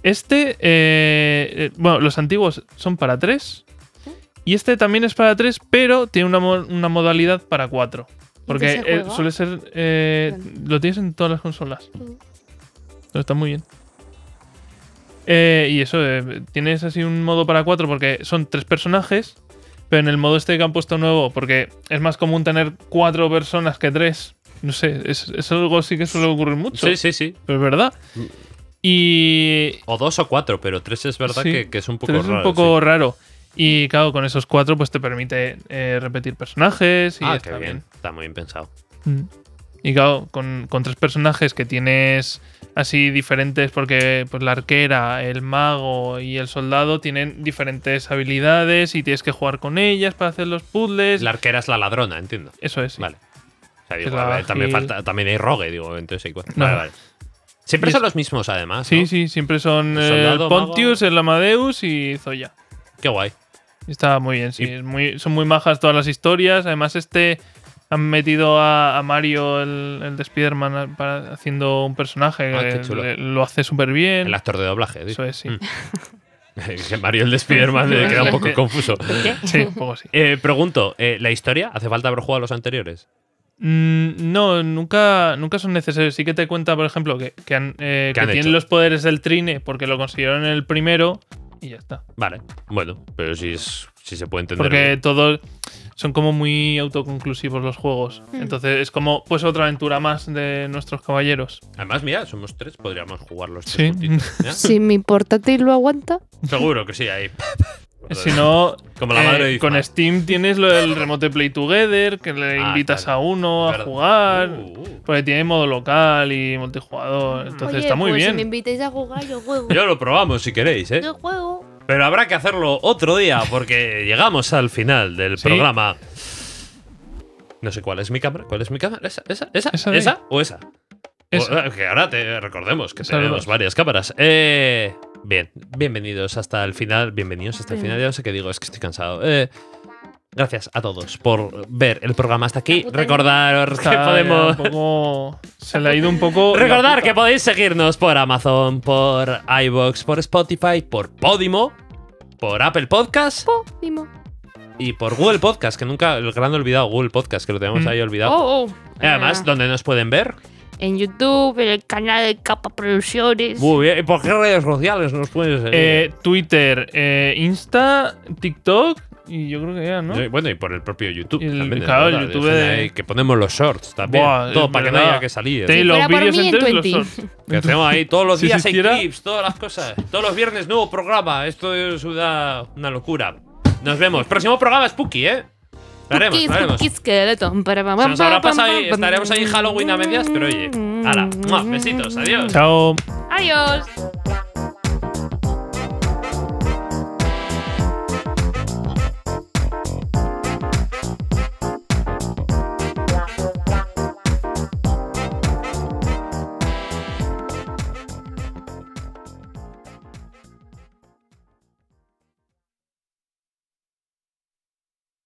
Speaker 2: Este, eh, eh, bueno, los antiguos son para 3. Y este también es para 3, pero tiene una, mo- una modalidad para 4. Porque
Speaker 3: qué se
Speaker 2: eh,
Speaker 3: juega?
Speaker 2: suele ser. eh, lo tienes en todas las consolas. Pero está muy bien. Eh, y eso, eh, tienes así un modo para 4 porque son 3 personajes. Pero en el modo este que han puesto nuevo, porque es más común tener 4 personas que 3. No sé, es, es algo sí que suele ocurrir mucho.
Speaker 4: Sí, Mm. sí, sí.
Speaker 2: Pero es verdad. Y
Speaker 4: O dos o cuatro, pero tres es verdad
Speaker 2: Sí,
Speaker 4: que, que es un poco
Speaker 2: pero es
Speaker 4: raro.
Speaker 2: un poco raro. Y claro, con esos cuatro, pues te permite eh, repetir personajes.
Speaker 4: sí.
Speaker 2: Y
Speaker 4: Ah,
Speaker 2: está
Speaker 4: qué bien. Está muy bien pensado.
Speaker 2: Mm. Y claro, con, con tres personajes que tienes así diferentes, porque pues la arquera, el mago y el soldado tienen diferentes habilidades y tienes que jugar con ellas para hacer los puzzles.
Speaker 4: La arquera es la ladrona, entiendo.
Speaker 2: Eso es. sí.
Speaker 4: Vale. O sea,
Speaker 2: Que
Speaker 4: digo,
Speaker 2: es la
Speaker 4: a ver, también,
Speaker 2: ágil.
Speaker 4: falta, también hay rogue, digo, entonces hay cuatro.
Speaker 2: No.
Speaker 4: Vale, vale. Siempre
Speaker 2: Y
Speaker 4: son
Speaker 2: es-
Speaker 4: los mismos, además.
Speaker 2: Sí,
Speaker 4: ¿no?
Speaker 2: sí, siempre son
Speaker 4: El
Speaker 2: el,
Speaker 4: soldado, mago.
Speaker 2: Pontius, el Amadeus y Zoya.
Speaker 4: Qué guay.
Speaker 2: Está muy bien, sí.
Speaker 4: Y-
Speaker 2: es muy, son muy majas todas las historias. Además, este han metido a, a Mario, el, el de Spider-Man, a- para- haciendo un personaje.
Speaker 4: Ah, qué
Speaker 2: que
Speaker 4: chulo.
Speaker 2: le- lo hace súper bien.
Speaker 4: El actor de doblaje.
Speaker 2: Eso es, sí.
Speaker 4: Mm. Que Mario el de Spider-Man le queda un poco confuso.
Speaker 2: Sí, un poco así.
Speaker 4: Eh, pregunto, eh, ¿la historia? ¿Hace falta haber jugado a los anteriores?
Speaker 2: Mm, no, nunca, nunca son necesarios. Sí que te cuenta, por ejemplo, que, que, han, eh,
Speaker 4: Que
Speaker 2: que
Speaker 4: han
Speaker 2: tienen
Speaker 4: hecho.
Speaker 2: los poderes del trine porque lo consiguieron en el primero y ya está.
Speaker 4: Vale. Bueno, pero si, es, si se puede entender.
Speaker 2: Porque
Speaker 4: bien.
Speaker 2: todos son como muy autoconclusivos los juegos. Entonces es como pues otra aventura más de nuestros caballeros.
Speaker 4: Además, mira, somos tres, podríamos jugar los tres
Speaker 2: Sí.
Speaker 4: juntitos, ¿ya?
Speaker 3: Si mi portátil lo aguanta.
Speaker 4: Seguro que sí, ahí.
Speaker 2: Si no,
Speaker 4: Como la madre "Ah, de
Speaker 2: Eh, con
Speaker 4: Isma.
Speaker 2: Steam tienes lo del remote play together, que le
Speaker 4: Ah,
Speaker 2: invitas
Speaker 4: claro.
Speaker 2: a uno a
Speaker 4: Verdad.
Speaker 2: jugar,
Speaker 4: Uh, uh.
Speaker 2: porque tiene modo local y multijugador, entonces está muy
Speaker 7: pues
Speaker 2: bien.
Speaker 7: invitáis a jugar, yo juego.
Speaker 4: Ya lo probamos si queréis, ¿eh?
Speaker 7: juego.
Speaker 4: Pero habrá que hacerlo otro día porque llegamos al final del
Speaker 2: Sí.
Speaker 4: programa. No sé cuál es mi cámara. ¿Cuál es mi cámara? ¿Esa? ¿Esa? ¿Esa?
Speaker 2: Esa
Speaker 4: ¿Esa,
Speaker 2: de ahí.
Speaker 4: o esa?
Speaker 2: Esa.
Speaker 4: O- ah, que ahora te recordemos que
Speaker 2: Esa de
Speaker 4: tenemos
Speaker 2: dos.
Speaker 4: varias cámaras. Eh, bien, bienvenidos hasta el final. Bienvenidos hasta el
Speaker 3: Bien.
Speaker 4: final. Ya no sé qué digo, es que estoy cansado. Eh, gracias a todos por ver el programa hasta aquí.
Speaker 7: La puta
Speaker 4: Recordaros que
Speaker 2: Está ya
Speaker 4: podemos...
Speaker 2: un poco- se le ha ido un poco. la
Speaker 4: Recordar
Speaker 2: puta.
Speaker 4: que podéis seguirnos por Amazon, por iBox, por Spotify, por Podimo, por Apple Podcast
Speaker 3: Dimo.
Speaker 4: y por Google Podcast, que nunca el gran olvidado Google Podcast, que lo tenemos
Speaker 2: Mm. eh.
Speaker 4: ahí olvidado.
Speaker 3: Oh, oh.
Speaker 4: Y además,
Speaker 3: Ah,
Speaker 4: donde nos pueden ver.
Speaker 7: En YouTube, en el canal de Capa Producciones.
Speaker 4: Muy bien. ¿Y por qué redes sociales nos pueden seguir?
Speaker 2: Eh, Twitter, eh, Insta, TikTok y yo creo que ya, ¿no?
Speaker 4: Sí, Bueno, y por el propio YouTube.
Speaker 2: Y el-
Speaker 4: también, es
Speaker 2: claro, el
Speaker 4: verdad,
Speaker 2: YouTube
Speaker 4: dejen
Speaker 2: de-
Speaker 4: ahí que ponemos los shorts también.
Speaker 2: Buah,
Speaker 4: todo
Speaker 2: es
Speaker 4: para que no
Speaker 2: verdad.
Speaker 4: haya que salir.
Speaker 2: Tenéis los
Speaker 7: fuera por
Speaker 2: vídeos
Speaker 7: mí, en
Speaker 2: enteros y los
Speaker 7: 20.
Speaker 2: shorts.
Speaker 4: Que hacemos ahí todos los
Speaker 2: Si
Speaker 4: días hay
Speaker 2: existiera-
Speaker 4: clips, todas las cosas. Todos los viernes nuevo programa. Esto es una, una locura. Nos vemos. Próximo programa Spooky, ¿eh? Lo haremos, lo haremos.
Speaker 3: Cookies, cookies, para
Speaker 4: Se nos habrá pasado y estaremos ahí Halloween a medias, pero oye. Hala. ¡mua! Besitos, adiós.
Speaker 2: Chao.
Speaker 7: Adiós.